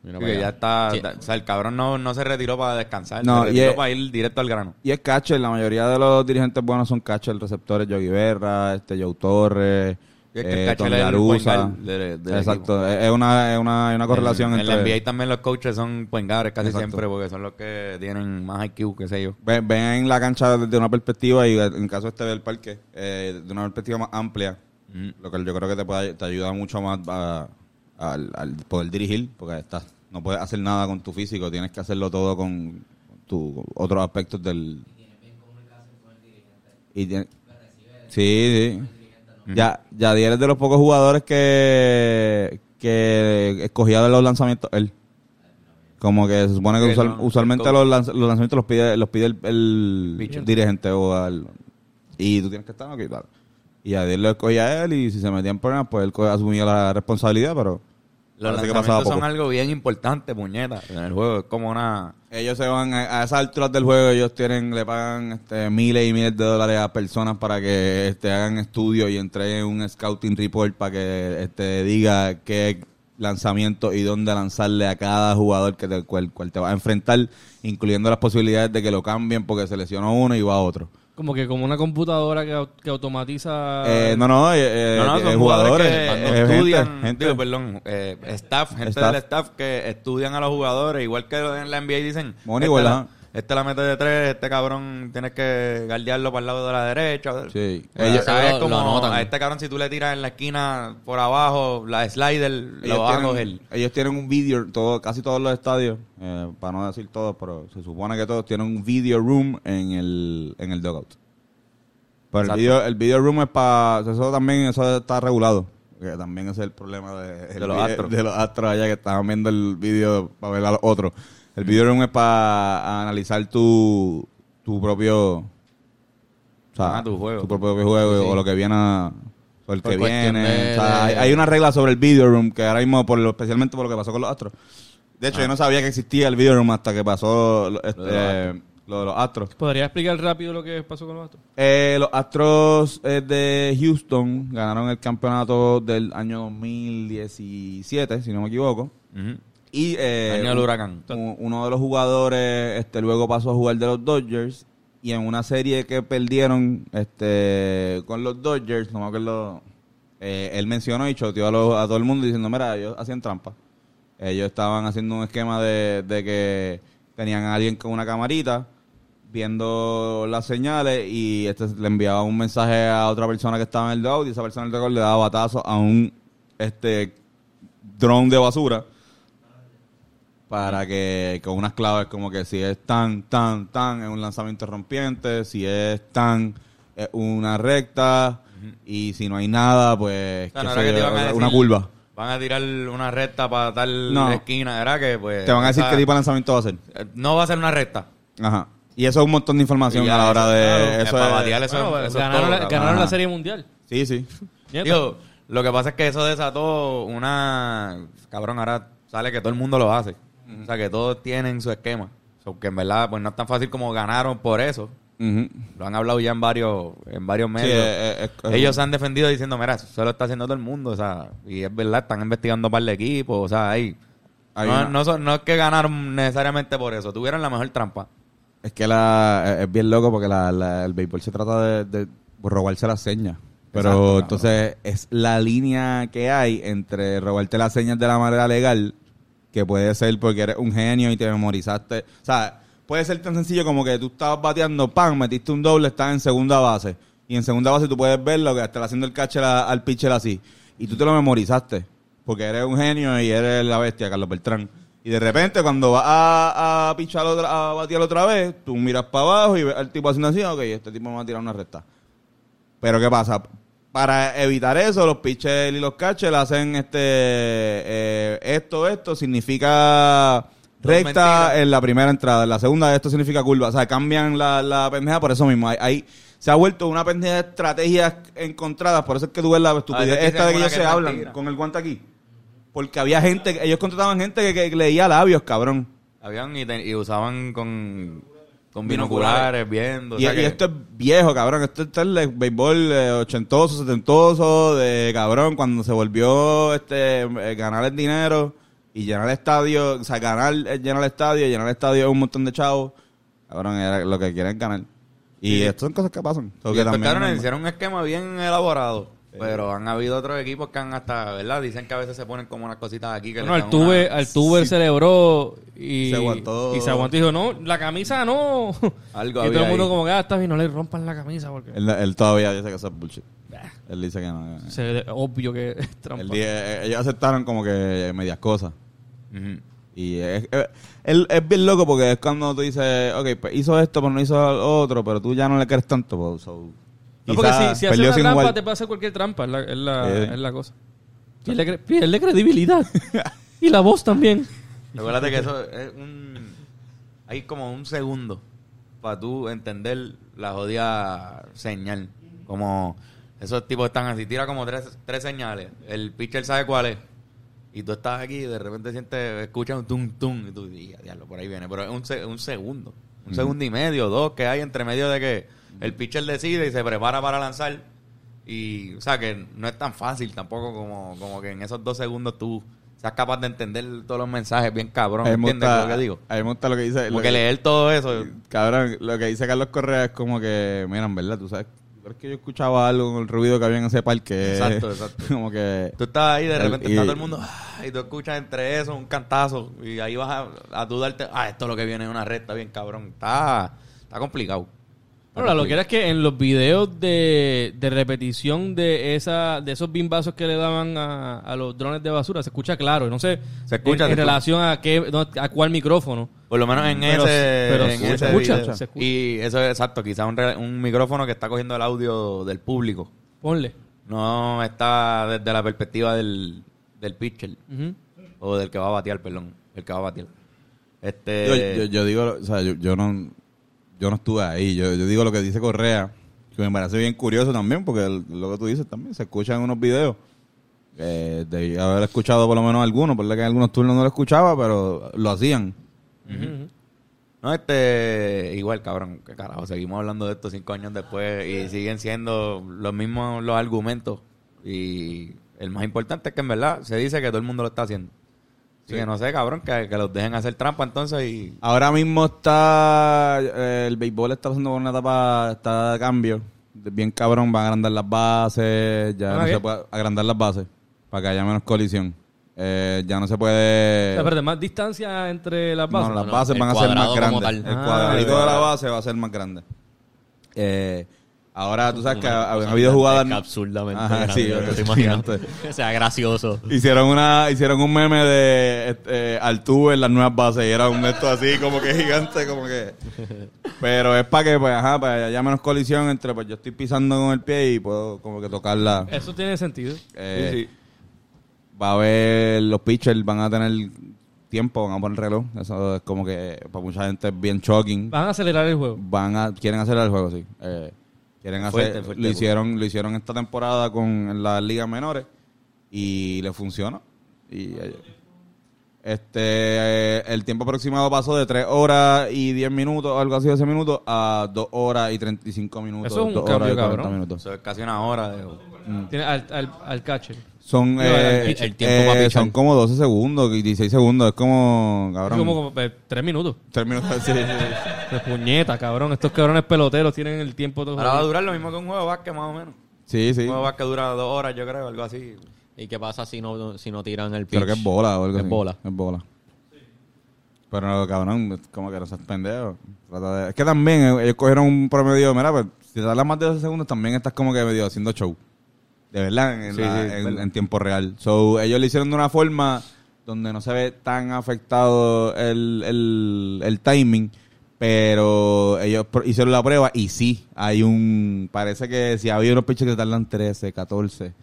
D: Mira
B: Sí,
D: para
B: que ya
D: allá.
B: está,
D: Sí.
B: o sea, el cabrón no, no se retiró para descansar,
A: pues No,
B: se
A: y
B: retiró
A: es-
B: para ir directo al grano.
A: Y es catcher. La mayoría de los dirigentes buenos son catcher. Receptores, Yogi Berra, este, Joe Torres,
B: Y es que el
A: eh,
B: catcher
A: Tony
B: es el point
A: Arusa.
B: guard de- del
A: Exacto. Es es una, es una, hay una correlación
B: en,
A: entre...
B: En la NBA también los coaches son point guards casi
A: Exacto.
B: siempre porque son los que tienen más IQ, qué sé yo.
A: ven, ven la cancha desde una perspectiva y en caso este del parque, eh, de una perspectiva más amplia, lo que yo creo que te, puede, te ayuda mucho más a- al, al poder dirigir, porque estás, no puedes hacer nada con tu físico, tienes que hacerlo todo con tu, otros aspectos del... Y tiene- Sí, sí. Ya, ya es de los pocos jugadores que, que escogía de los lanzamientos él. Como que se supone que
B: Que
A: usual-
B: no,
A: usualmente
B: todo.
A: los, lanz- los lanzamientos los pide, los pide el, el
B: Bicho.
A: dirigente o al- y tú tienes que estar aquí tal. Y Yadier lo escogía a él y si se metían problemas pues él co- asumía la responsabilidad, pero
B: Los
A: parece que pasaba
B: lanzamientos son
A: poco.
B: algo bien importante, puñeta, en el juego. Es como una...
A: Ellos se van a, a esas alturas del juego, ellos tienen, le pagan este, miles y miles de dólares a personas para que este, hagan estudios y entreguen un scouting report para que este, diga qué lanzamiento y dónde lanzarle a cada jugador que te, cual, cual te va a enfrentar, incluyendo las posibilidades de que lo cambien porque se lesionó uno y va otro.
C: Como que como una computadora que, au- que automatiza...
A: Eh, no, no, eh, eh,
B: No, no,
A: eh,
B: son
A: jugadores,
B: jugadores que
A: eh, gente,
B: estudian,
A: gente.
B: digo, perdón, eh, staff, gente
A: Staff.
B: del staff que estudian a los jugadores, igual que en la NBA dicen,
A: Money,
B: este,
A: ¿verdad?
B: la, este la mete de tres, este cabrón tienes que guardiarlo para el lado de la derecha.
A: Sí.
B: O sea,
A: Ellos-
B: ¿sabes?
D: Lo- lo
B: como
D: anotan.
B: a este cabrón si tú le tiras en la esquina por abajo, la slider, lo
A: ellos
B: va a coger.
A: tienen, ellos tienen un video, todo, casi todos los estadios, eh, para no decir todos, pero se supone que todos tienen un video room en el, en el dugout. Pero el
B: Exacto.
A: video, el video room es para, eso también eso está regulado. Que también ese es el problema de, el
B: los
A: vi-
B: astros.
A: De los astros allá que estaban viendo el video para ver a los otros. El video room es para analizar tu, tu propio... O sea,
B: Ah, tu juego.
A: propio juego o lo que viene a- o el
D: Por
A: que
D: cuestión
A: viene.
D: de-
A: o sea, hay,
D: de-
A: hay una regla sobre el video room que ahora mismo, por lo, especialmente por lo que pasó con los Astros. De hecho, yo no sabía que existía el video room hasta que pasó lo- este, Lo de los Astros.
C: ¿Podría explicar rápido lo que pasó con los Astros?
A: Eh, los Astros eh, de Houston ganaron el campeonato del año 2017, si no me equivoco.
B: Ujú.
A: Y eh,
B: Año del huracán.
A: un- uno de los jugadores este, luego pasó a jugar de los Dodgers. Y en una serie que perdieron este, con los Dodgers, no me acuerdo, eh, él mencionó y choteó a, los- a todo el mundo diciendo, mira, ellos hacían trampa. Ellos estaban haciendo un esquema de, de que tenían a alguien con una camarita viendo las señales y este le enviaba un mensaje a otra persona que estaba en el dog y esa persona en el dog le daba batazo a un este drone de basura para que con unas claves como que si es tan, tan, tan es un lanzamiento rompiente, si es tan es una recta y si no hay nada pues
B: O sea,
A: qué
B: no
A: sé
B: era que te
A: yo,
B: iban a
A: una
B: decir-
A: curva.
B: Van a tirar una recta para tal
A: No.
B: esquina, ¿verdad? Que pues.
A: Te van a decir
B: esa-
A: qué tipo de lanzamiento va a hacer.
B: eh, No va a ser una recta.
A: Ajá. Y eso es un montón de información
B: Y ya,
A: a la hora
B: claro,
A: de
B: es
A: eso
B: para
A: es-
B: batear eso-
C: Bueno,
B: eso es
C: ganaron
B: todo,
C: la,
B: cabrón.
C: ganaron la
A: Ajá.
C: Serie Mundial.
A: Sí, sí.
C: Nieto.
B: Digo, lo que pasa es que eso desató una. Cabrón, ahora sale que todo el mundo lo hace. O sea, que todos tienen su esquema. aunque que en verdad, pues no es tan fácil como ganaron por eso.
A: Ujú.
B: Lo han hablado ya en varios, en varios
A: Sí,
B: medios.
A: es- es- es-
B: Ellos se han defendido diciendo, mira, eso lo está haciendo todo el mundo, o sea, y es verdad, están investigando un par de equipos, o sea, ahí.
A: Hay
B: no,
A: una-
B: no son- no es que ganaron necesariamente por eso, tuvieron la mejor trampa.
A: Es que la, eh, es bien loco porque la, la- el béisbol se trata de, de robarse las señas. Pero
B: Exacto, claro.
A: entonces es la línea que hay entre robarte las señas de la manera legal, que puede ser porque eres un genio y te memorizaste. O sea, puede ser tan sencillo como que tú estabas bateando, pan, metiste un doble, estás en segunda base. Y en segunda base tú puedes verlo, que estás haciendo el catcher a- al pitcher así. Y tú te lo memorizaste, porque eres un genio y eres la bestia, Carlos Beltrán. Y de repente, cuando vas a, a pichar otra, a batear otra vez, tú miras para abajo y ves al tipo haciendo así, ok, este tipo me va a tirar una recta. Pero ¿qué pasa? Para evitar eso, los pitchers y los catchers hacen este eh, esto, esto significa
B: Dos
A: recta
B: mentiras.
A: en la primera entrada, en la segunda esto significa curva, o sea, cambian la, la pendeja por eso mismo. Ahí, ahí se ha vuelto una pendeja de estrategias encontradas, por eso es que tú ves la estupidez
B: dicen
A: esta de que
B: una
A: ellos
B: que
A: se
B: es
A: hablan
B: mentira.
A: con el guante aquí. Porque había gente, ellos contrataban gente que, que leía labios, cabrón.
B: Habían y, te- y usaban con, con
A: Binoculares.
B: binoculares, viendo. o
A: Y,
B: sea
A: y
B: que-
A: esto es viejo, cabrón. Esto, esto es el béisbol eh, ochentoso, setentoso, de cabrón, cuando se volvió este eh, ganar el dinero y llenar el estadio, o sea, ganar, eh, llenar el estadio, llenar el estadio es un montón de chavos. Cabrón, era lo que quieren ganar. Y
B: Sí.
A: esto son cosas que pasan.
B: y
A: So que
B: estos
A: también-
B: cabrones hicieron un esquema bien elaborado. Pero han habido otros equipos que han hasta, ¿verdad? Dicen que a veces se ponen como unas cositas aquí que
C: Bueno,
B: le dan una-
C: Altuve, Altuve celebró y
A: Se aguantó.
C: y se aguantó y dijo, no, la camisa no.
B: Algo
C: y
B: había
C: todo el mundo
B: ahí.
C: como que, ah, está bien, no le rompan la camisa porque
A: él, él todavía dice que eso es bullshit. Él dice que no. eh.
C: se ve obvio que es trampa.
A: Él di- eh, ellos aceptaron como que medias cosas.
B: Ujú.
A: Y es, es, es- es bien loco porque es cuando tú dices, ok, pues hizo esto, pero no hizo lo otro, pero tú ya no le crees tanto. pues, so,
C: No, porque
A: quizá
C: si, si hace
A: perdió
C: una
A: sin
C: trampa,
A: jugar.
C: te puede hacer cualquier trampa, es la, es la,
A: Sí.
C: es la cosa. Pierde, cre- pierde credibilidad. y la voz también.
B: Recuérdate que eso es un. Hay como un segundo para tú entender la jodida señal. Como esos tipos están así, tira como tres, tres señales. El pitcher sabe cuál es. Y tú estás aquí y de repente sientes, escuchas un tum tum. Y tú dices, diablo, por ahí viene. Pero es un, se- un segundo. Un segundo y medio, dos que hay entre medio de que el pitcher decide y se prepara para lanzar. Y, o sea, que no es tan fácil tampoco como, como que en esos dos segundos tú seas capaz de entender todos los mensajes bien cabrón.
A: A mí me
B: ¿Entiendes
A: gusta-
B: lo que digo?
A: A mí me gusta lo que dice.
B: Como
A: lo
B: que leer todo eso.
A: Cabrón, lo que dice Carlos Correa es como que, mira, en verdad, tú sabes, ¿tú crees que yo escuchaba algo con el ruido que había en ese parque.
B: Exacto, exacto.
A: como que.
B: Tú estás ahí, de
A: El-
B: repente
A: y-
B: está todo el mundo, ah, y tú escuchas entre eso un cantazo, y ahí vas a, a dudarte, ah, esto lo que viene es una recta bien cabrón. Está, está complicado.
C: Bueno, la loquera es que en los videos de, de repetición de esa de esos bimbazos que le daban a, a los drones de basura, se escucha claro. No sé
B: Se escucha,
C: en, en
B: se escucha.
C: relación a qué no, a cuál micrófono.
B: Por lo menos en
C: Pero-
B: ese.
C: pero
B: en
C: se
B: ese
C: escucha,
B: video.
C: se escucha.
B: Y eso es exacto, quizás un, re- un micrófono que está cogiendo el audio del público.
C: Ponle.
B: No está desde la perspectiva del, del pitcher,
C: Ujú.
B: o del que va a batear, perdón, el que va a batear. Este.
A: Yo, yo- yo digo, o sea, yo, yo no yo no estuve ahí. Yo, yo digo lo que dice Correa, que me parece bien curioso también, porque el- lo que tú dices también se escucha en unos videos. Eh, debí haber escuchado por lo menos algunos, por lo que en algunos turnos no lo escuchaba, pero lo hacían.
B: No, este, igual, cabrón, qué carajo, seguimos hablando de esto cinco años después y siguen siendo los mismos los argumentos. Y el más importante es que en verdad se dice que todo el mundo lo está haciendo. Así que no sé, cabrón, que, que los dejen hacer trampa entonces y...
A: Ahora mismo está. eh, el béisbol está pasando por una etapa. Está de cambio. Bien cabrón, van a agrandar las bases. Ya
C: Ah,
A: no
C: bien.
A: se puede agrandar las bases. Para que haya menos colisión. Eh, ya no se puede.
C: Espérate, más distancia entre las bases.
A: No,
D: no,
A: las
D: no,
A: bases
D: el
A: van a ser
D: cuadrado
A: más
D: como
A: grandes.
D: tal.
A: El
C: Ah,
A: cuadradito de la
B: verdad.
A: base va a ser más grande. Eh, ahora tú sabes que
D: Una
A: ha- habían
D: cosa
A: habido jugadas.
D: gigantesca, Absurdamente.
A: Ajá, sí,
D: grandiosa,
A: es
D: ¿te imaginas?
A: gigante.
D: o sea, gracioso.
A: Hicieron una, hicieron un meme de este, Altuve en las nuevas bases y era un esto así como que gigante, como que. Pero es para que, pues, ajá, para que haya menos colisión entre, pues, yo estoy pisando con el pie y puedo como que tocarla.
C: Eso tiene sentido.
A: Eh, Va a haber los pitchers, van a tener tiempo, van a poner reloj. Eso es como que para mucha gente es bien shocking.
C: Van a acelerar el juego.
A: Van a, quieren hacer el juego, sí. Eh, quieren
B: Fuerte,
A: hacer,
B: fuerte,
A: lo
B: fuerte.
A: hicieron, lo hicieron esta temporada con las ligas menores y le funcionó. Y eh, este eh, el tiempo aproximado pasó de 3 horas y 10 minutos, o algo así de ese minuto, a 2 horas y 35 minutos.
C: Eso es un
A: dos
C: cambio,
A: horas y 40
C: cabrón.
A: minutos.
B: Eso es casi una hora de...
C: Tiene al, al, al catcher.
A: Son,
C: Digo, el-
A: eh,
D: el- el tiempo
A: eh,
D: para pichar.
A: son como 12 segundos, 16 segundos. Es como,
C: Es
A: cabrón.
C: como, como, eh, tres minutos.
A: tres minutos, sí, sí, sí.
C: De puñeta, cabrón. Estos cabrones peloteros tienen el tiempo todo.
B: Ahora va a durar lo mismo que un juego de básquet, más o menos.
A: Sí, sí.
B: Un juego de básquet dura dos horas, yo creo, algo así.
D: ¿Y qué pasa si no, si no tiran el pitch?
A: Creo que es bola o algo
D: Es
A: así.
D: bola.
A: Es bola. Pero no, cabrón, es como que no seas pendejo. Trata de- Es que también eh, ellos cogieron un promedio. Mira, pues si te das más de 12 segundos, también estás como que medio haciendo show. De verdad, en,
B: Sí,
A: la-
B: sí,
A: en-
B: verdad.
A: en tiempo real. So, ellos lo hicieron de una forma donde no se ve tan afectado el, el, el timing. Pero ellos pro- hicieron la prueba y sí, hay un. Parece que si había unos pitches que tardan 13, 14.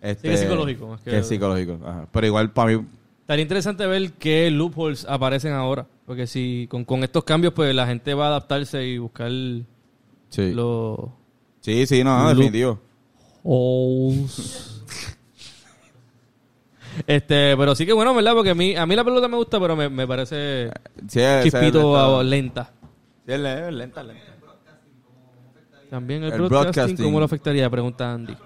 A: Este,
C: que es psicológico, más que-
A: que es psicológico. ajá. Pero igual para mí
C: Estaría interesante ver qué loopholes aparecen ahora. Porque si con, con estos cambios, pues la gente va a adaptarse y buscar
A: Sí.
C: los.
A: Sí, sí, no, no,
C: Lu-
A: definitivo.
C: Este, pero sí que bueno, ¿verdad? Porque a mí, a mí la pelota me gusta, pero me, me parece
A: Sí, ese es el
C: chispito
A: estado.
C: a- lenta.
B: Sí, es le- es lenta, es lenta.
C: También el,
A: El
C: broadcasting,
A: broadcasting.
C: ¿cómo lo afectaría? Pregunta Andy.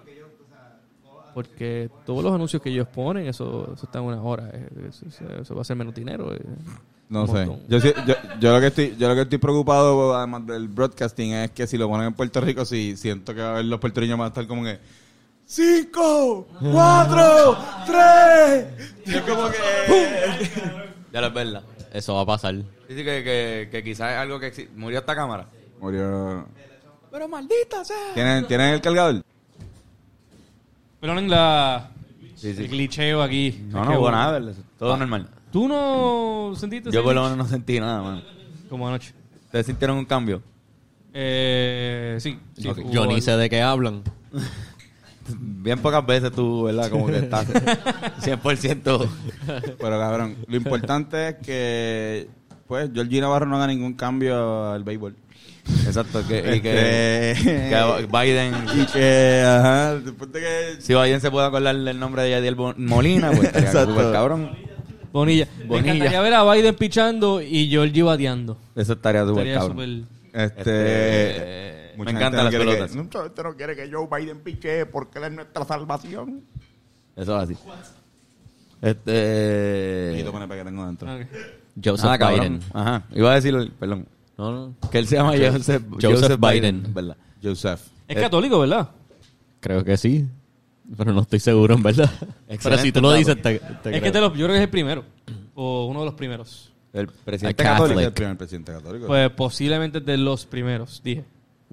C: Porque todos los anuncios que ellos ponen, eso, eso está en una hora. eh, Eso, eso- eso va a ser menos dinero. eh.
A: No
C: Un
A: sé.
C: montón.
A: Yo, sí- yo, yo lo que estoy, yo lo que estoy preocupado, además del broadcasting, es que si lo ponen en Puerto Rico, sí, siento que va a haber los puertorriqueños van a estar como que... ¡Cinco! ¡Cuatro! ¡Tres! Y es como que... eh,
B: Ya lo es verdad.
D: Eso va a pasar.
B: Dice que, que, que quizás es algo que exi- murió esta cámara.
A: Murió...
B: Pero maldita sea.
A: ¿Tienen, ¿Tienen el cargador?
C: Perdonen la,
B: Sí, sí.
C: el glitcheo aquí.
B: No,
C: Es
B: no
C: que,
B: hubo
C: bueno,
B: nada, ¿verdad?
A: Ah,
B: Todo normal.
C: ¿Tú no sentiste
B: Yo
C: ese
B: por lo
C: glitch?
B: menos no sentí nada, mano.
C: Como anoche.
B: ¿Ustedes sintieron un cambio?
C: Eh, sí. sí,
D: Ok.
C: hubo
D: Yo
C: algo.
D: ni sé de qué hablan.
B: Bien pocas veces tú, ¿verdad? Como que estás 100%.
A: Pero cabrón, lo importante es que... Pues, Georgie Navarro no haga ningún cambio al béisbol.
B: Exacto. Que, y que,
A: Este-
B: que Biden...
A: Y que, ajá, después de que...
B: Si Biden se puede acordar del nombre de Yadiel Bo- Molina, pues estaría
A: Exacto.
B: súper cabrón.
C: Bonilla. Me
B: Bonilla.
C: encantaría ver a Biden pichando y Georgie bateando.
B: Eso estaría súper
C: Estaría
B: cabrón.
C: súper...
A: Este,
B: Este, me encantan las pelotas.
A: Mucha gente no quiere que Joe Biden piche porque él es nuestra salvación.
B: Eso es así. Este...
A: Y tú pones para que tengo dentro.
C: Ok.
D: Joseph
B: Nada, cabrón.
D: Biden.
B: Ajá. Iba a decir, perdón.
D: No, no.
B: Que él se llama Joseph,
D: Joseph Biden.
B: ¿verdad?
A: Joseph.
C: Es
B: Eh,
C: católico, ¿verdad?
D: Creo que sí. Pero no estoy seguro, en verdad. Pero si tú lo
B: dato.
D: dices, te, te
C: Es que
D: creo.
C: te lo- yo creo que es el primero. O uno de los primeros.
B: El presidente
D: A Catholic.
B: católico.
A: El primer presidente católico.
C: Pues posiblemente de los primeros, dije.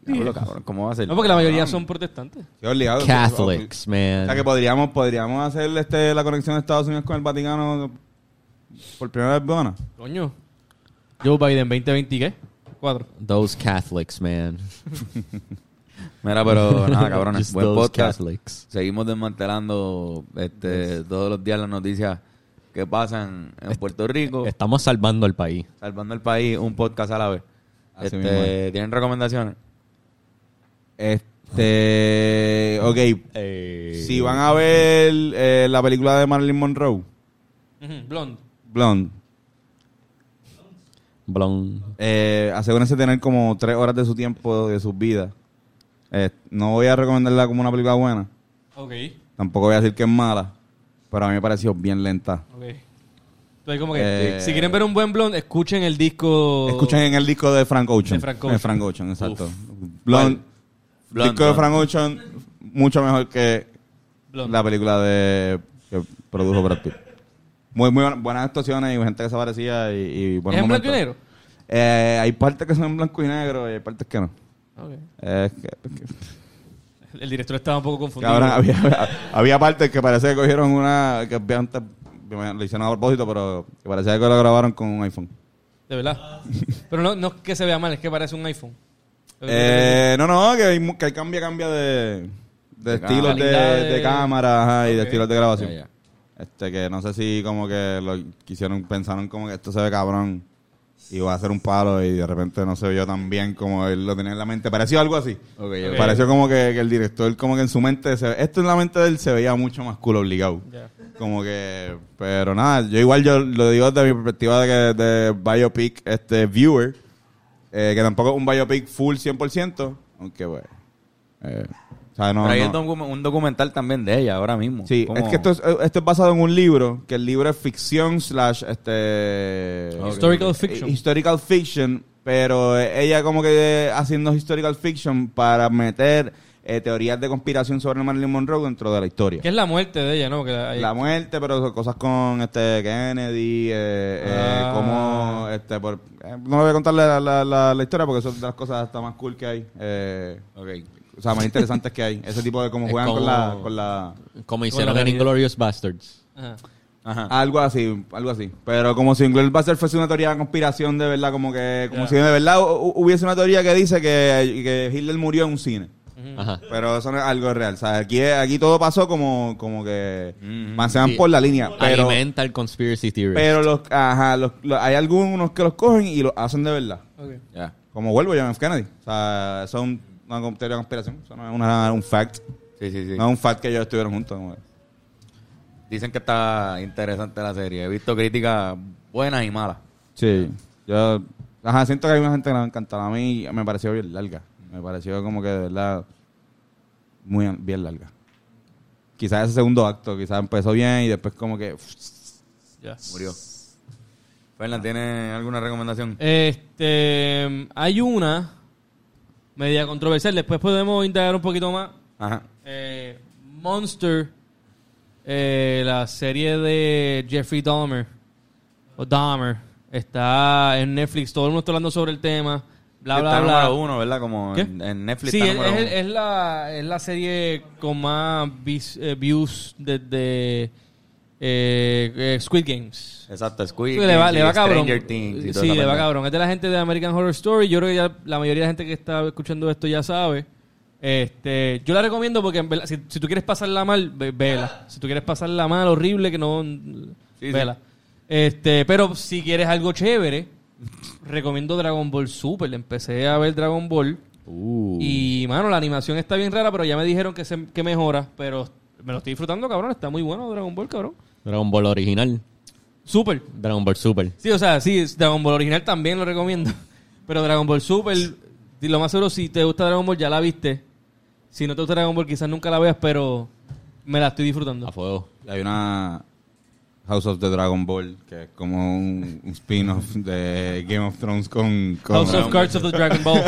B: Diablo, cabrón, ¿cómo va a ser?
C: No, porque la mayoría son protestantes.
A: Qué obligado.
D: Catholics,
A: O sea que
D: man.
A: podríamos, podríamos hacer este, la conexión de Estados Unidos con el Vaticano por primera vez, buena.
C: Coño. Joe Biden, 2020, ¿qué? Cuatro.
D: Those Catholics, man.
B: Mira,
A: Pues
B: pero nada, cabrones.
D: Just
B: Buen
D: those
B: podcast.
D: Catholics.
B: Seguimos desmantelando este, todos los días las noticias que pasan en Puerto Rico,
D: Estamos salvando el país.
B: salvando el país, un podcast a la vez.
A: Así
B: Este,
A: mismo es.
B: ¿Tienen recomendaciones?
A: Este. Ok. Si van a ver eh, la película de Marilyn Monroe,
C: Ujú, Blonde.
A: Blonde.
D: Blon.
A: Eh, asegúrense de tener como tres horas de su tiempo, de sus vidas. Eh, no voy a recomendarla como una película buena.
C: Ok,
A: Tampoco voy a decir que es mala. Pero a mí me pareció bien lenta.
C: ok. Entonces, como que
A: Eh,
C: si quieren ver un buen blond, escuchen el disco.
A: Escuchen en el disco de Frank Ocean.
C: Oh. De Frank Ocean.
A: De Frank Ocean, exacto. Blonde.
B: Blonde,
A: disco de Frank Ocean, mucho mejor que
C: Blonde.
A: la película de que produjo Brad Pitt. Muy, muy buena- buenas actuaciones y gente que se parecía y, y buenos
C: ¿Es en blanco y
A: momentos.
C: negro?
A: Eh, hay partes que son en blanco y negro y hay partes que no. Eh, que- que-
C: El director estaba un poco confundido.
A: cabrón, había, había partes que parecía que cogieron una... Que antes, lo hicieron a propósito, pero que parecía que lo grabaron con un iPhone.
C: De verdad. Pero no, no es que se vea mal, es que parece un iPhone.
A: Eh, no, no, que, hay, mu- que hay cambia, cambia de, de estilos de,
C: Calidad de-
A: de cámara ajá, y de estilos de grabación.
B: Ya, ya.
A: Este, que no sé si como que lo quisieron, pensaron como que esto se ve cabrón y va a ser un palo y de repente no se vio tan bien como él lo tenía en la mente. Pareció algo así.
B: Ok,
C: Ok.
A: Pareció como que, que el director como que en su mente, se, esto en la mente de él se veía mucho más cool obligado.
C: Ya.
A: Como que, pero nada, yo igual yo lo digo desde mi perspectiva de, que- de biopic este viewer, eh, que tampoco es un biopic full 100%, aunque bueno. eh, o sea, no-
B: Pero hay
A: no-
B: un docu- un documental también de ella ahora mismo.
A: Sí,
B: ¿Cómo?
A: es que esto es, esto es basado en un libro, que el libro es ficción slash este...
C: Historical
A: eh,
C: fiction.
A: Historical fiction, pero eh, ella como que haciendo historical fiction para meter eh, teorías de conspiración sobre Marilyn Monroe dentro de la historia.
C: Que es la muerte de ella, ¿no? Que la-
A: La muerte, pero cosas con este Kennedy, eh, eh,
C: Ah.
A: como este, por- eh, no voy a contar la, la- la- la historia porque son de las cosas hasta más cool que hay, eh,
B: Ok.
A: o sea, más interesantes que hay. Ese tipo de cómo
D: Es
A: juegan
D: como-
A: con la, con la,
D: Como
C: la
D: hicieron en
C: realidad.
D: Inglorious Bastards.
C: Ajá.
B: Ajá.
A: algo así, algo así. Pero como si Inglourious Basterds fuese una teoría de conspiración de verdad, como que, como
C: Ya.
A: si de verdad hu- hu- hubiese una teoría que dice que, que Hitler murió en un cine.
D: Ajá.
A: Pero eso no es algo real. O sea, aquí, aquí todo pasó como, como que
B: Mm,
A: pasean
D: sí.
A: por la línea. Pero,
D: Alimenta el conspiracy theory.
A: Pero los, ajá, los- los- hay algunos que los cogen y los hacen de verdad.
C: Ok.
B: Ya.
A: Como vuelvo John F. Kennedy. O sea, eso es un- una teoría de conspiración. Eso no es una- un fact.
B: Sí, sí, sí.
A: No es un fact que ellos estuvieron juntos. como-
B: Dicen que está interesante la serie. He visto críticas buenas y malas.
A: Sí. Yo, ajá, siento que hay una gente que le ha encantado. A mí me pareció bien larga. Me pareció como que de verdad muy bien larga. Quizás ese segundo acto, quizás empezó bien y después como que...
C: Ya.
B: Murió. Fernan, ¿tiene alguna
C: Eh,
B: recomendación?
C: Este, hay una media controversial. Después podemos indagar un poquito más.
B: Ajá.
C: Eh, Monster, eh, la serie de Jeffrey Dahmer, o Dahmer, está en Netflix. Todo el mundo está hablando sobre el tema. Bla, bla,
B: está
C: bla.
B: número uno, ¿verdad? Como
C: ¿Qué?
B: en, en Netflix
C: Sí,
B: está
C: es,
B: número
C: es-
B: uno.
C: es la, es la serie con más vis- eh, views desde eh, eh, Squid Games.
B: Exacto, Squid.
C: Sí, le va,
B: Games
C: le
B: y
C: va cabrón.
B: Stranger Things y toda
C: sí,
B: esa
C: le va
B: pendeja.
C: cabrón. Es de la gente de American Horror Story. Yo creo que ya la mayoría de la gente que está escuchando esto ya sabe. Este, yo la recomiendo porque en verdad, si, si tú quieres pasarla mal, ve- vela. Si tú quieres pasarla mal, horrible, que no
B: sí.
C: vela. Este, pero si quieres algo chévere, recomiendo Dragon Ball Super. Empecé a ver Dragon Ball.
D: Uh.
C: Y, mano, la animación está bien rara, pero ya me dijeron que, se, que mejora. Pero me lo estoy disfrutando, cabrón. Está muy bueno Dragon Ball, cabrón.
D: Dragon Ball original.
C: Super.
D: Dragon Ball Super.
C: Sí, o sea, sí, es- Dragon Ball original también lo recomiendo. Pero Dragon Ball Super, y lo más seguro, si te gusta Dragon Ball, ya la viste. Si no te gusta Dragon Ball, quizás nunca la veas, pero me la estoy disfrutando.
D: A fuego.
A: Hay una House of the Dragon Ball, que es como un, un spin-off de Game of Thrones con... con
C: House of Cards of the Dragon Ball.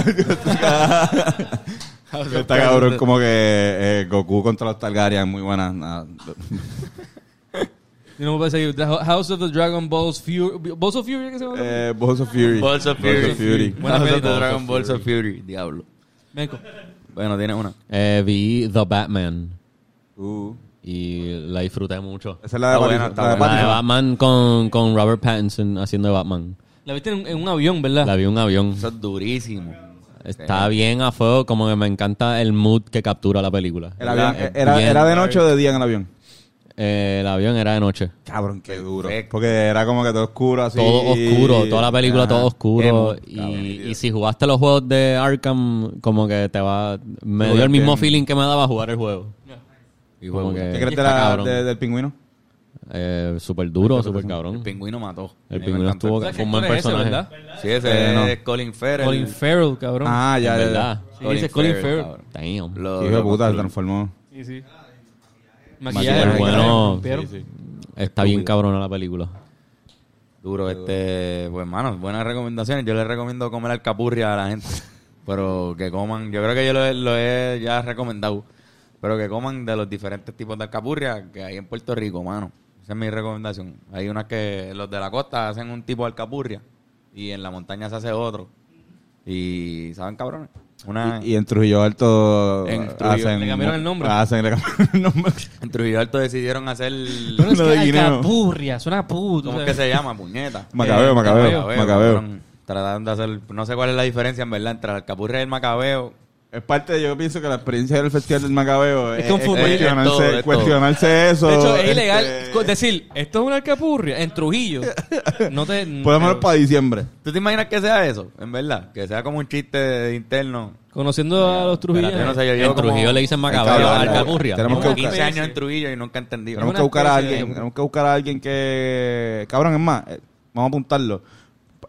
A: Está cabrón, como que eh, Goku contra los Targaryen, muy buena. nada.
C: Yo no me puedo seguir. Dra- House of the Dragon Balls Fury. ¿Balls of Fury? ¿Qué se llama?
A: Eh, Balls of Fury.
B: Balls of Fury.
A: Balls of Fury.
C: Buena
B: House of
C: película.
B: the Dragon Balls of Fury. Diablo.
C: Vengo.
B: Bueno, tiene una.
D: Eh, vi The Batman
A: Uh,
D: y la disfruté mucho.
A: esa es la de
B: Está buena,
A: Pattinson, la
B: está
A: de
D: La de
A: Pattinson.
D: Batman con, con Robert Pattinson haciendo de Batman.
C: La viste en, en un avión, ¿verdad?
D: La vi en un avión.
B: Eso es durísimo.
D: Está bien a fuego, como que me encanta el mood que captura la película.
A: El avión,
D: Es
A: era,
D: bien-
A: ¿Era de noche o de día en el avión?
D: eh, el avión era de noche.
A: Cabrón, qué duro.
B: Perfecto.
A: Porque era como que todo oscuro así.
D: Todo oscuro, toda la película
A: Ajá.
D: todo oscuro.
B: Qué mood,
D: Y, eh,
B: cabrón,
D: y si jugaste los juegos de Arkham, como que te va... Me
A: Tú
D: dio el mismo
A: entiendes.
D: feeling que me daba jugar el juego.
C: Ya.
D: Y como que
A: ¿Qué crees de
D: está
A: la-
D: cabrón.
A: de- del pingüino?
D: Eh, súper duro, súper cabrón.
B: El pingüino mató.
D: El
B: Me
D: pingüino
B: encantó.
D: estuvo
C: ¿Sabes
D: fue
C: qué
D: un buen
C: actor es ese,
D: personaje.
C: verdad?
B: Sí, ese
A: Eh, no.
B: es Colin Farrell.
C: Colin Farrell, cabrón.
A: Ah, ya, ya, ya.
D: ¿Verdad?
C: Sí, dice Colin Farrell.
B: cabrón.
D: Damn.
B: Lo-
A: Sí, hijo de puta, se
B: lo construyó.
A: transformó.
C: Sí, sí.
D: Maquillaje,
C: Maquillaje,
D: bueno.
C: pero-
A: Sí, sí.
D: Está bien cabrona la película.
B: Duro, este. Pues, hermano, buenas recomendaciones. Yo les recomiendo comer alcapurria a la gente. Pero que coman. Yo creo que yo lo, he- lo he ya recomendado. Pero que coman de los diferentes tipos de alcapurria que hay en Puerto Rico, mano. Esa es mi recomendación. Hay unas que los de la costa hacen un tipo de alcapurria y en la montaña se hace otro. Y saben, cabrones. Una,
A: Y, y en Trujillo Alto
B: En Trujillo.
A: hacen,
C: Le cambiaron el nombre.
A: Hacen, le cambiaron el nombre.
B: en Trujillo Alto decidieron hacer.
A: Pero es Lo de Guineo.
C: Alcapurria, suena puto.
B: ¿Cómo es que se llama? Puñeta.
C: Eh,
A: Macabeo, macabeo,
B: Macabeo,
A: macabeo.
B: cabrón. Tratan de hacer. No sé cuál es la diferencia, en verdad, entre el alcapurria y el macabeo.
A: Es parte, de- yo pienso que la experiencia del Festival del Macabeo es,
C: confundir.
A: cuestionarse,
B: Es todo, es todo.
A: cuestionarse eso.
C: De hecho, es
A: este,
C: ilegal co- decir, esto es una alcapurria en Trujillo. No te.
A: Por lo menos
C: pero-
A: para diciembre.
B: ¿Tú te imaginas que sea eso? En verdad, que sea como un chiste interno.
C: Conociendo a los Trujillos.
B: Espérate, yo no sé, yo
D: En
B: llevo como
D: Trujillo le dicen
A: Hay que
D: macabeo,
A: hablar,
D: alcapurria.
A: tenemos que
B: como
A: buscar.
B: 15 años en Trujillo y nunca he entendido.
A: Tenemos
C: Una
A: que buscar a
C: especie de-
A: alguien, tenemos que buscar a alguien que... Cabrón, es más, eh, vamos a apuntarlo.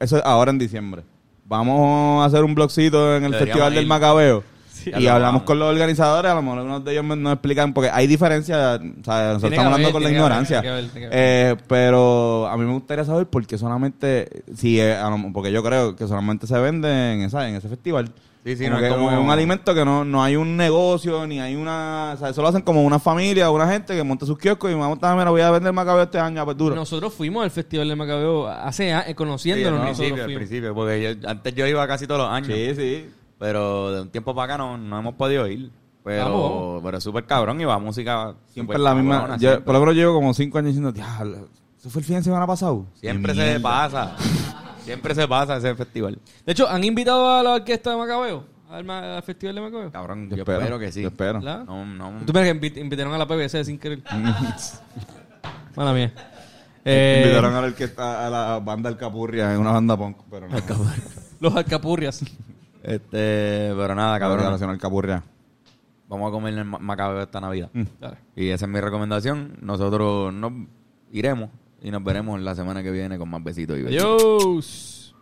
A: Eso es ahora en diciembre. Vamos a hacer un blogcito en el
B: Deberíamos
A: Festival del
B: ir.
A: Macabeo.
B: Ya
A: Y
B: lo
A: hablamos
B: vamos.
A: con los organizadores, a lo mejor algunos de ellos me- nos explican, porque hay diferencias, o sea, nosotros
C: Tiene que
A: estamos hablando
C: haber,
A: con la
C: tiene que haber,
A: ignorancia.
C: tiene que haber, tiene que
A: Eh, pero a mí me gustaría saber por qué solamente, si, eh, a lo- porque yo creo que solamente se vende en, esa, en ese festival.
B: Sí, sí,
A: Como
B: no es
A: que
B: como-
A: un alimento que no, no hay un negocio, ni hay una... O sea, eso lo hacen como una familia, una gente que monta sus kioscos y vamos también, voy a vender macabeo este año, pues duro.
C: Nosotros fuimos al Festival de Macabeo hace a- eh,
B: Sí,
C: conociéndonos
B: al
C: nosotros
B: principio, al
C: fuimos.
B: principio, porque yo- antes yo iba casi todos los años.
A: Sí, sí.
B: Pero de un tiempo para acá no, no hemos podido ir. Pero,
C: Vamos.
B: pero es súper cabrón y va música.
A: Siempre
B: súper
A: la misma...
B: Pues, cabrona,
A: yo- pues,
B: siempre.
A: por lo menos llevo como cinco años diciendo, diablo, ¿eso fue el fin de semana pasado?
B: Siempre se pasa. Siempre se pasa ese festival.
C: De hecho, ¿han invitado a la orquesta de Macabeo? Al, ma- al Festival de Macabeo.
B: Cabrón, yo, espero, que sí.
A: Yo espero.
C: ¿La?
B: No, no.
C: ¿Ah? Tú piensas que invit- invitaron a la PBC sin querer. Mala mía. Eh,
A: Invitaron a la, orquesta- a la banda Alcapurria, es una banda punk, pero no.
C: Los alcapurrias.
B: Este, pero nada,
A: Cabrón,
B: cabrón.
A: relación Alcapurria.
B: Vamos a comer el ma- macabeo esta Navidad.
C: Dale.
B: Y esa es mi recomendación. Nosotros nos iremos y nos veremos la semana que viene con más besitos y besitos.
C: Adiós.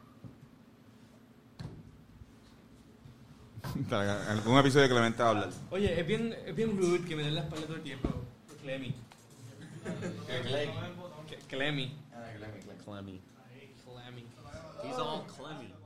A: Algún episodio de Clemente va a hablar.
C: Oye, es bien, es bien rude que me den la espalda todo el tiempo. Clemmy. Clemmy. Clemmy. Clemmy.